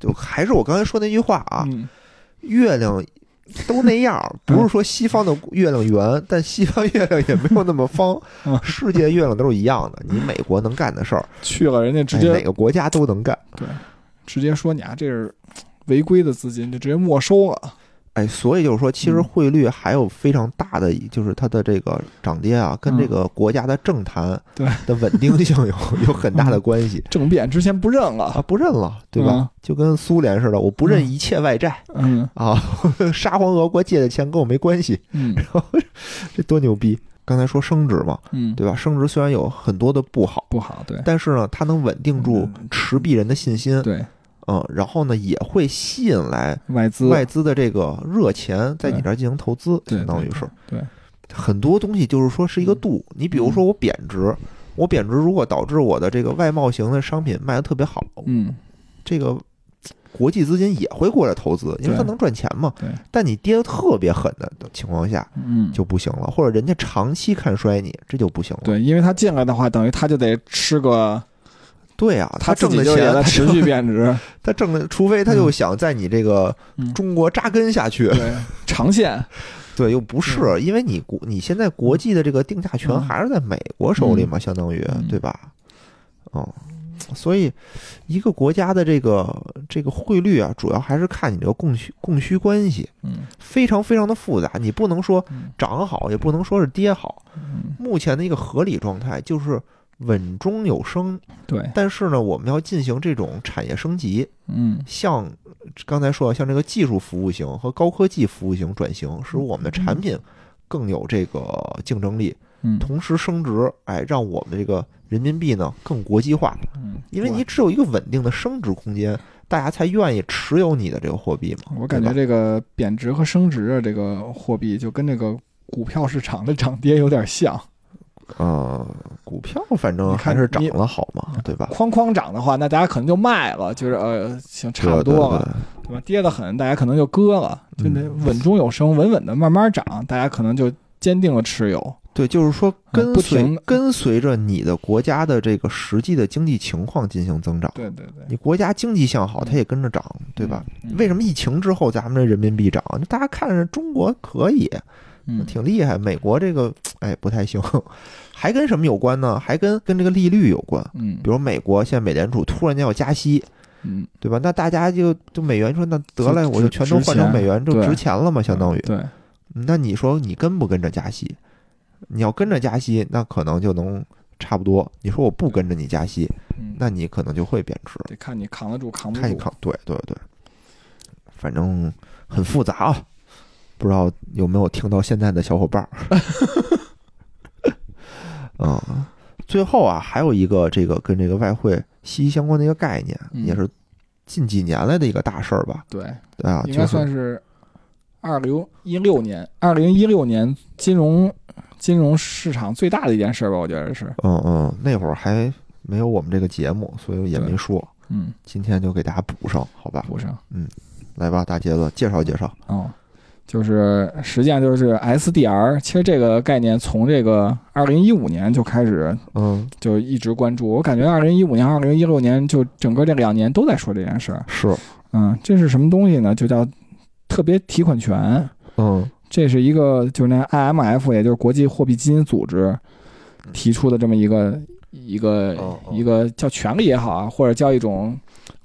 S1: 就还是我刚才说那句话啊，
S2: 嗯
S1: 月亮都那样儿，不是说西方的月亮 圆，但西方月亮也没有那么方
S2: 嗯。
S1: 世界月亮都是一样的，你美国能干的事儿，
S2: 去了，人家直
S1: 哎哪
S2: 接
S1: 个国家都能干。
S2: 直接说你啊，这是违规的资金，就直接没收了。
S1: 哎，所以就是说，其实
S2: 嗯
S1: 汇率还有非常大的，就是它的这个涨跌啊，跟这个国家的政坛
S2: 嗯对
S1: 的稳定性 有有很大的关系
S2: 政变之前不认
S1: 啊，
S2: 了，
S1: 不认了，对
S2: 嗯
S1: 吧？就跟苏联似的，我不认一切外债
S2: 嗯
S1: 啊， 沙皇俄国借的钱跟我没关系，
S2: 嗯
S1: 这多牛逼！刚才说升值嘛，
S2: 嗯，
S1: 对吧？升值虽然有很多的不好，
S2: 不好，对
S1: 但是呢，它能稳定住持币人的信心，
S2: 嗯对，
S1: 嗯，然后呢，也会吸引来
S2: 外资
S1: 外资的这个热钱在你这儿进行投资，
S2: 对
S1: 相当于是
S2: 对嗯对
S1: 很多东西就是说是一个度。你比如说我贬值，我贬值如果导致我的这个外贸型的商品卖的特别好，
S2: 嗯
S1: 这个国际资金也会过来投资，因为它
S2: 对
S1: 能赚钱嘛
S2: 对。
S1: 但你跌的特别狠的情况下
S2: 嗯
S1: 就不行了，或者人家长期看衰你，这就不行了。
S2: 对，因为他进来的话，等于他就得吃个，
S1: 对啊，他
S2: 自
S1: 挣
S2: 己
S1: 的
S2: 就也
S1: 钱，
S2: 在
S1: 他
S2: 持续贬 值，
S1: 他挣的，除非他就想在你这个
S2: 嗯
S1: 中国扎根下去，
S2: 对，长线，
S1: 对，又不是，因为你国你现在国际的这个定价权
S2: 嗯
S1: 还是在美国手里嘛，相当于
S2: 嗯
S1: 对吧？嗯，所以一个国家的这个这个汇率啊，主要还是看你这个供需供需关系，
S2: 嗯
S1: 非常非常的复杂，你不能说
S2: 嗯
S1: 涨好，也不能说是跌好。
S2: 嗯，
S1: 目前的一个合理状态就是稳中有升，
S2: 对，
S1: 但是呢，我们要进行这种产业升级，
S2: 嗯
S1: 像刚才说的，像这个技术服务型和高科技服务型转型，使我们的产品更有这个竞争力，
S2: 嗯
S1: 同时升值，哎，让我们这个人民币呢更国际化，
S2: 嗯，
S1: 因为
S2: 我
S1: 你只有一个稳定的升值空间，大家才愿意持有你的这个货币嘛。
S2: 我感觉
S1: 对吧
S2: 这个贬值和升值啊，这个货币就跟这个股票市场的涨跌有 点像。
S1: 呃，股票反正
S2: 你看
S1: 还是涨
S2: 你啊
S1: 了好嘛，对吧？
S2: 哐哐涨的话，那大家可能就卖了，就是呃，行，差不
S1: 对
S2: 多
S1: 对
S2: 了，
S1: 对
S2: 对吧？跌得很，大家可能就割了，就得
S1: 嗯
S2: 稳中有升，稳稳的慢慢涨，大家可能就坚定了持有。
S1: 对，就是说
S2: 嗯
S1: 跟
S2: 不
S1: 随、
S2: 停地
S1: 跟随着你的国家的这个实际的经济情况进行增长。
S2: 对对对，
S1: 你国家经济向好，它也跟着涨，对吧？
S2: 嗯？
S1: 为什么疫情之后咱们这人民币涨？大家看着中国可以，
S2: 嗯
S1: 挺厉害，美国这个哎不太行， 还跟什么有关呢？还跟跟这个利率有关。
S2: 嗯
S1: 比如美国现在美联储突然间要加息，
S2: 嗯，
S1: 对吧？那大家就就美元说那得
S2: 就
S1: 了，我就全都
S2: 值
S1: 换成
S2: 钱
S1: 美元，就
S2: 对
S1: 值钱了嘛，相当于。
S2: 对，
S1: 那你说你跟不跟着加息？你要跟着加息，那可能就能差不多。你说我不跟着你加息，
S2: 嗯，
S1: 那你可能就会贬值。
S2: 得看你扛得住扛不
S1: 看一
S2: 住。
S1: 看，对对对，反正很复杂啊，不知道有没有听到现在的小伙伴儿。 嗯，最后啊，还有一个这个跟这个外汇息息相关的一个概念，
S2: 嗯
S1: 也是近几年来的一个大事儿吧？
S2: 对，
S1: 啊，
S2: 应该
S1: 就
S2: 算
S1: 是
S2: 是二零一六年，二零一六年金融金融市场最大的一件事吧，我觉得是，
S1: 嗯嗯，那会儿还没有我们这个节目，所以也
S2: 对
S1: 没说。
S2: 嗯，
S1: 今天就给大家补上，好吧？
S2: 补上，
S1: 来吧，大杰子，介绍介绍。
S2: 哦，就是实际上就是 SDR，其实这个概念从这个二零一五年就开始
S1: 嗯，
S2: 就一直关注，我感觉二零一五年、二零一六年就整个这两年都在说这件事儿，
S1: 是，
S2: 嗯，这是什么东西呢？就叫特别提款权，
S1: 嗯
S2: 这是一个就是那 IMF，也就是国际货币基金组织提出的这么一个一个
S1: 嗯哦哦
S2: 一个叫权利也好啊，或者叫一种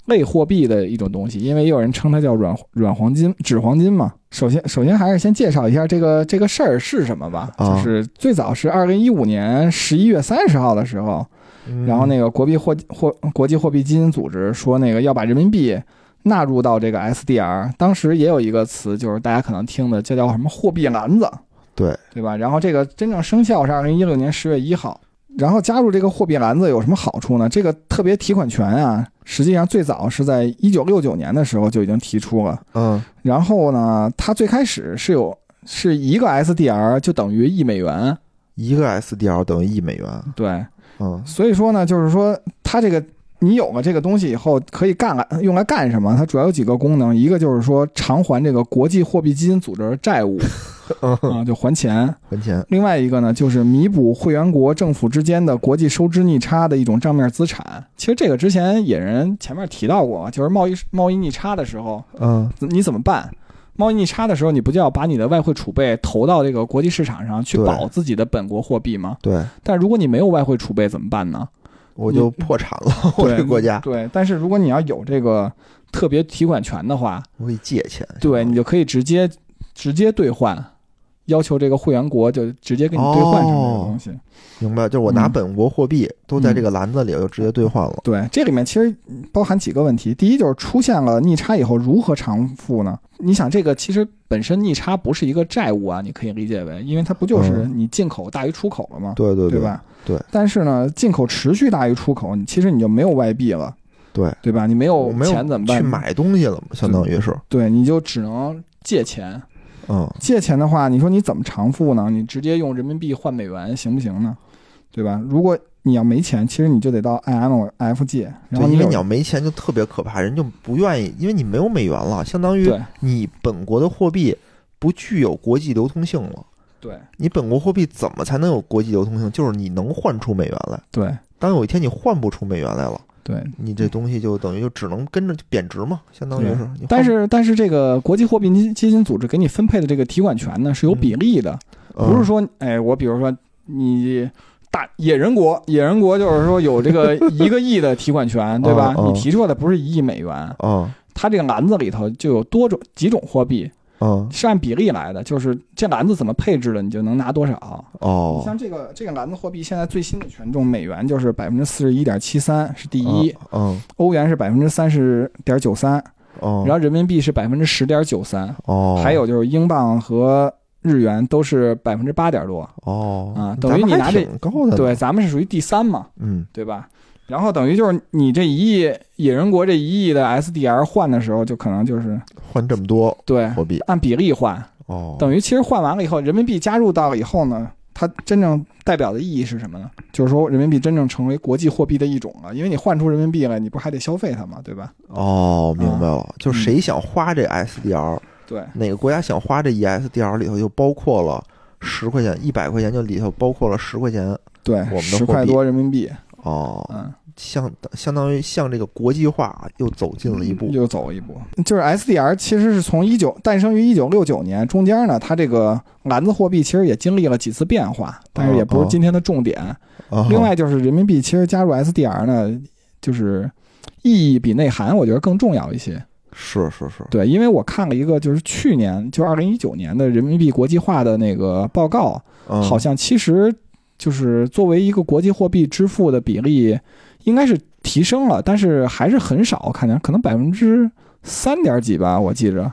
S2: 类货币的一种东西，因为也有人称它叫软软黄金、纸黄金嘛。首先，首先还是先介绍一下这个这个事儿是什么吧。
S1: 啊
S2: 就是最早是二零一五年十一月三十号的时候，
S1: 嗯
S2: 然后那个国币货货国际货币基金组织说那个要把人民币纳入到这个 SDR，当时也有一个词就是大家可能听的，就叫什么货币篮子，
S1: 对
S2: 对吧？然后这个真正生效是二零一六年十月一号。然后加入这个货币篮子有什么好处呢？这个特别提款权啊，实际上最早是在一九六九年的时候就已经提出了。
S1: 嗯
S2: 然后呢，它最开始是有是一个 SDR 就等于一美元，
S1: 一个 SDR 等于一美元，
S2: 对，
S1: 嗯
S2: 所以说呢，就是说它这个你有了这个东西以后，可以干了用来干什么？它主要有几个功能，一个就是说偿还这个国际货币基金组织的债务啊，就还钱；
S1: 还钱，
S2: 另外一个呢，就是弥补会员国政府之间的国际收支逆差的一种账面资产。其实这个之前野人前面提到过，就是贸易贸易逆差的时候，
S1: 嗯
S2: 怎你怎么办？贸易逆差的时候，你不就要把你的外汇储备投到这个国际市场上去
S1: 对
S2: 保自己的本国货币吗？
S1: 对，
S2: 但如果你没有外汇储备怎么办呢？
S1: 我就破产了，我
S2: 嗯
S1: 这
S2: 对
S1: 个国家，
S2: 对，但是如果你要有这个特别提款权的话，
S1: 我可以借钱，
S2: 对你就可以直接直接兑换，要求这个会员国就直接给你兑换成这
S1: 哦
S2: 个东西。
S1: 明白？就是我
S2: 嗯
S1: 拿本国货币都在这个篮子里，我就直接兑换了。
S2: 对，这里面其实包含几个问题。第一就是出现了逆差以后如何偿付呢？你想这个其实本身逆差不是一个债务啊，你可以理解为，因为它不就是你进口大于出口了吗？
S1: 对嗯对
S2: 嗯对
S1: 对
S2: 吧？
S1: 对。
S2: 但是呢，进口持续大于出口，你其实你就没有外币了，
S1: 对
S2: 对吧？你没有
S1: 我没有
S2: 钱怎么办？
S1: 去买东西了嘛，相当于是，
S2: 对，你就只能借钱。
S1: 嗯
S2: 借钱的话，你说你怎么偿付呢？你直接用人民币换美元行不行呢？对吧？如果你要没钱，其实你就得到 IMF 借，
S1: 对
S2: 然后，
S1: 因为
S2: 有
S1: 你要没钱就特别可怕，人就不愿意，因为你没有美元了，相当于
S2: 对
S1: 你本国的货币不具有国际流通性了。
S2: 对
S1: 你本国货币怎么才能有国际流通性？就是你能换出美元来。
S2: 对
S1: 当有一天你换不出美元来了，
S2: 对，
S1: 你这东西就等于就只能跟着就贬值嘛，相当于是。你换
S2: 嗯但是但是这个国际货币基基金组织给你分配的这个提款权呢是有比例的，不是
S1: 嗯
S2: 说哎我比如说你。大野人国，野人国就是说有这个一个亿的提款权，对吧？
S1: 哦哦
S2: 你提出来的不是一亿美元，
S1: 嗯
S2: 它这个篮子里头就有多种几种货币，
S1: 嗯
S2: 是按比例来的，就是这篮子怎么配置的，你就能拿多少。你
S1: 哦，
S2: 像这个这个篮子货币，现在最新的权重美元就是百分之四十一点七三是第一，
S1: 嗯
S2: 欧元是百分之三十点九三，
S1: 哦，
S2: 然后人民币是百分之十点九三，
S1: 哦，
S2: 还有就是英镑和日元都是百分之八点多。
S1: 哦
S2: 啊
S1: 咱
S2: 等于
S1: 们
S2: 你
S1: 还
S2: 拿这
S1: 挺高的，
S2: 对，，咱们是属于第三嘛，
S1: 嗯
S2: 对吧？然后等于就是你这一亿野人国这一亿的 SDR 换的时候，就可能就是
S1: 换这么多
S2: 对
S1: 货币
S2: 按比例换，
S1: 哦，
S2: 等于其实换完了以后，人民币加入到了以后呢，它真正代表的意义是什么呢？就是说人民币真正成为国际货币的一种了，因为你换出人民币来，你不还得消费它吗？对吧？
S1: 哦，明白了，就
S2: 嗯
S1: 谁想花这 SDR，
S2: 对
S1: 哪个国家想花这 E ESDR 里头就包括了十块钱、一百块钱，就里头包括了十块钱
S2: 对
S1: 们，的货币
S2: 十块多人民币，
S1: 哦，
S2: 嗯，
S1: 相相当于向这个国际化又走近了一步。
S2: 又走一步。嗯就是 SDR 其实是从一九诞生于一九六九年，中间呢，它这个篮子货币其实也经历了几次变化，但是也不
S1: 哦
S2: 是
S1: 哦
S2: 今天的重点。
S1: 哦
S2: 另外就是人民币其实加入 SDR 呢，就是意义比内涵我觉得更重要一些。
S1: 是是是，
S2: 对，因为我看了一个，就是去年，就二零一九年的人民币国际化的那个报告，
S1: 嗯
S2: 好像其实就是作为一个国际货币支付的比例，应该是提升了，但是还是很少，看见可能百分之三点几吧，我记着。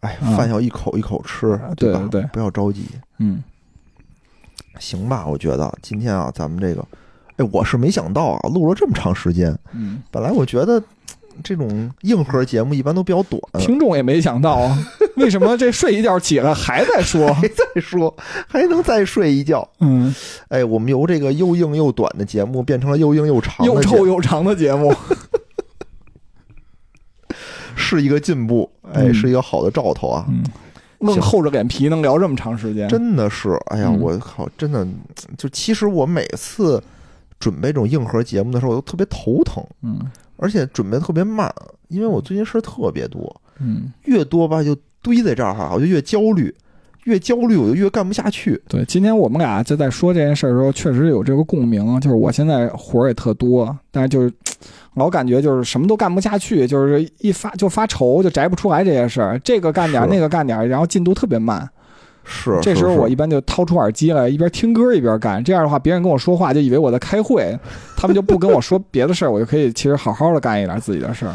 S1: 哎，
S2: 嗯
S1: 饭要一口一口吃，
S2: 对
S1: 啊吧？
S2: 对对
S1: 不要着急，
S2: 嗯
S1: 行吧？我觉得今天啊，咱们这个，哎，我是没想到啊，录了这么长时间，
S2: 嗯，
S1: 本来我觉得。嘖这种硬核节目一般都比较短，
S2: 听众也没想到啊，为什么这睡一觉起来还在 说？
S1: 还再说还能再睡一觉。
S2: 嗯，
S1: 哎，我们由这个又硬又短的节目变成了又硬又长的
S2: 又
S1: 节
S2: 臭又长的节 目。
S1: 是一个进步，哎，
S2: 嗯
S1: 是一个好的兆头啊！
S2: 嗯，愣
S1: 行
S2: 厚着脸皮能聊这么长时间，
S1: 真的是，哎呀，
S2: 嗯
S1: 我靠，真的，就其实我每次准备这种硬核节目的时候，我都特别头疼，
S2: 嗯
S1: 而且准备得特别慢，因为我最近事儿特别多，
S2: 嗯。
S1: 越多吧就堆在这儿哈，我就越焦虑，越焦虑我就越干不下去。
S2: 对，今天我们俩就在说这件事儿的时候，确实有这个共鸣。就是我现在活儿也特多，但是就是老感觉就是什么都干不下去，就是一发就发愁，就摘不出来这些事儿，这个干点儿，
S1: 是
S2: 那个干点儿，然后进度特别慢。
S1: 是，
S2: 这时候
S1: 是
S2: 我一般就掏出耳机来，一边听歌一边干。这样的话，别人跟我说话就以为我在开会，他们就不跟我说别的事儿，我就可以其实好好的干一点自己的事儿。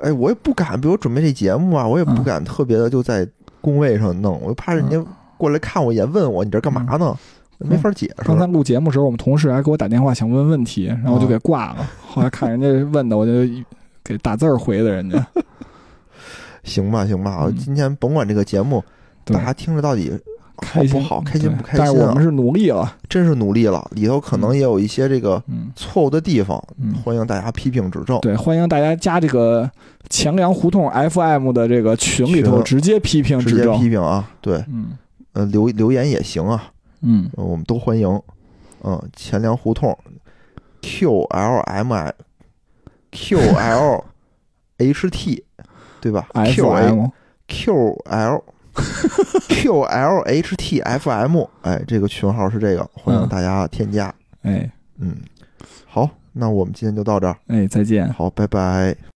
S1: 哎，我也不敢，比如准备这节目啊，我也不
S2: 嗯
S1: 敢特别的就在工位上弄，我就怕人家过来看我一眼，问我你这干嘛呢？没法解释。
S2: 嗯刚才录节目时候，我们同事还给我打电话想问问题，然后我就
S1: 啊
S2: 给挂了。后来看人家问的，我就给打字儿回的人家。
S1: 行吧，行吧，
S2: 嗯
S1: 今天甭管这个节目，
S2: 对
S1: 大家听着到底好
S2: 开
S1: 不
S2: 心
S1: 好，开心不开
S2: 但是
S1: 心
S2: 我
S1: 啊
S2: 们？是努力了，
S1: 真是努力了，里头可能也有一些这个
S2: 嗯
S1: 错误的地方，
S2: 嗯，
S1: 欢迎大家批评指正。
S2: 对，欢迎大家加这个钱粮胡同 FM 的这个群里头
S1: 群
S2: 直接批评
S1: 直
S2: 指
S1: 接
S2: 正
S1: 批，评啊，对，
S2: 嗯
S1: 呃，留留言也行啊，
S2: 嗯，
S1: 呃我们都欢迎。嗯、钱粮胡同，Q L M I Q L H T，对吧？Q A
S2: ，FM
S1: Q L Q L H T F M，哎，这个群号是这个，欢迎
S2: 嗯
S1: 大家添加。
S2: 哎
S1: 嗯，好，那我们今天就到这儿，
S2: 哎，再见。
S1: 好，拜拜。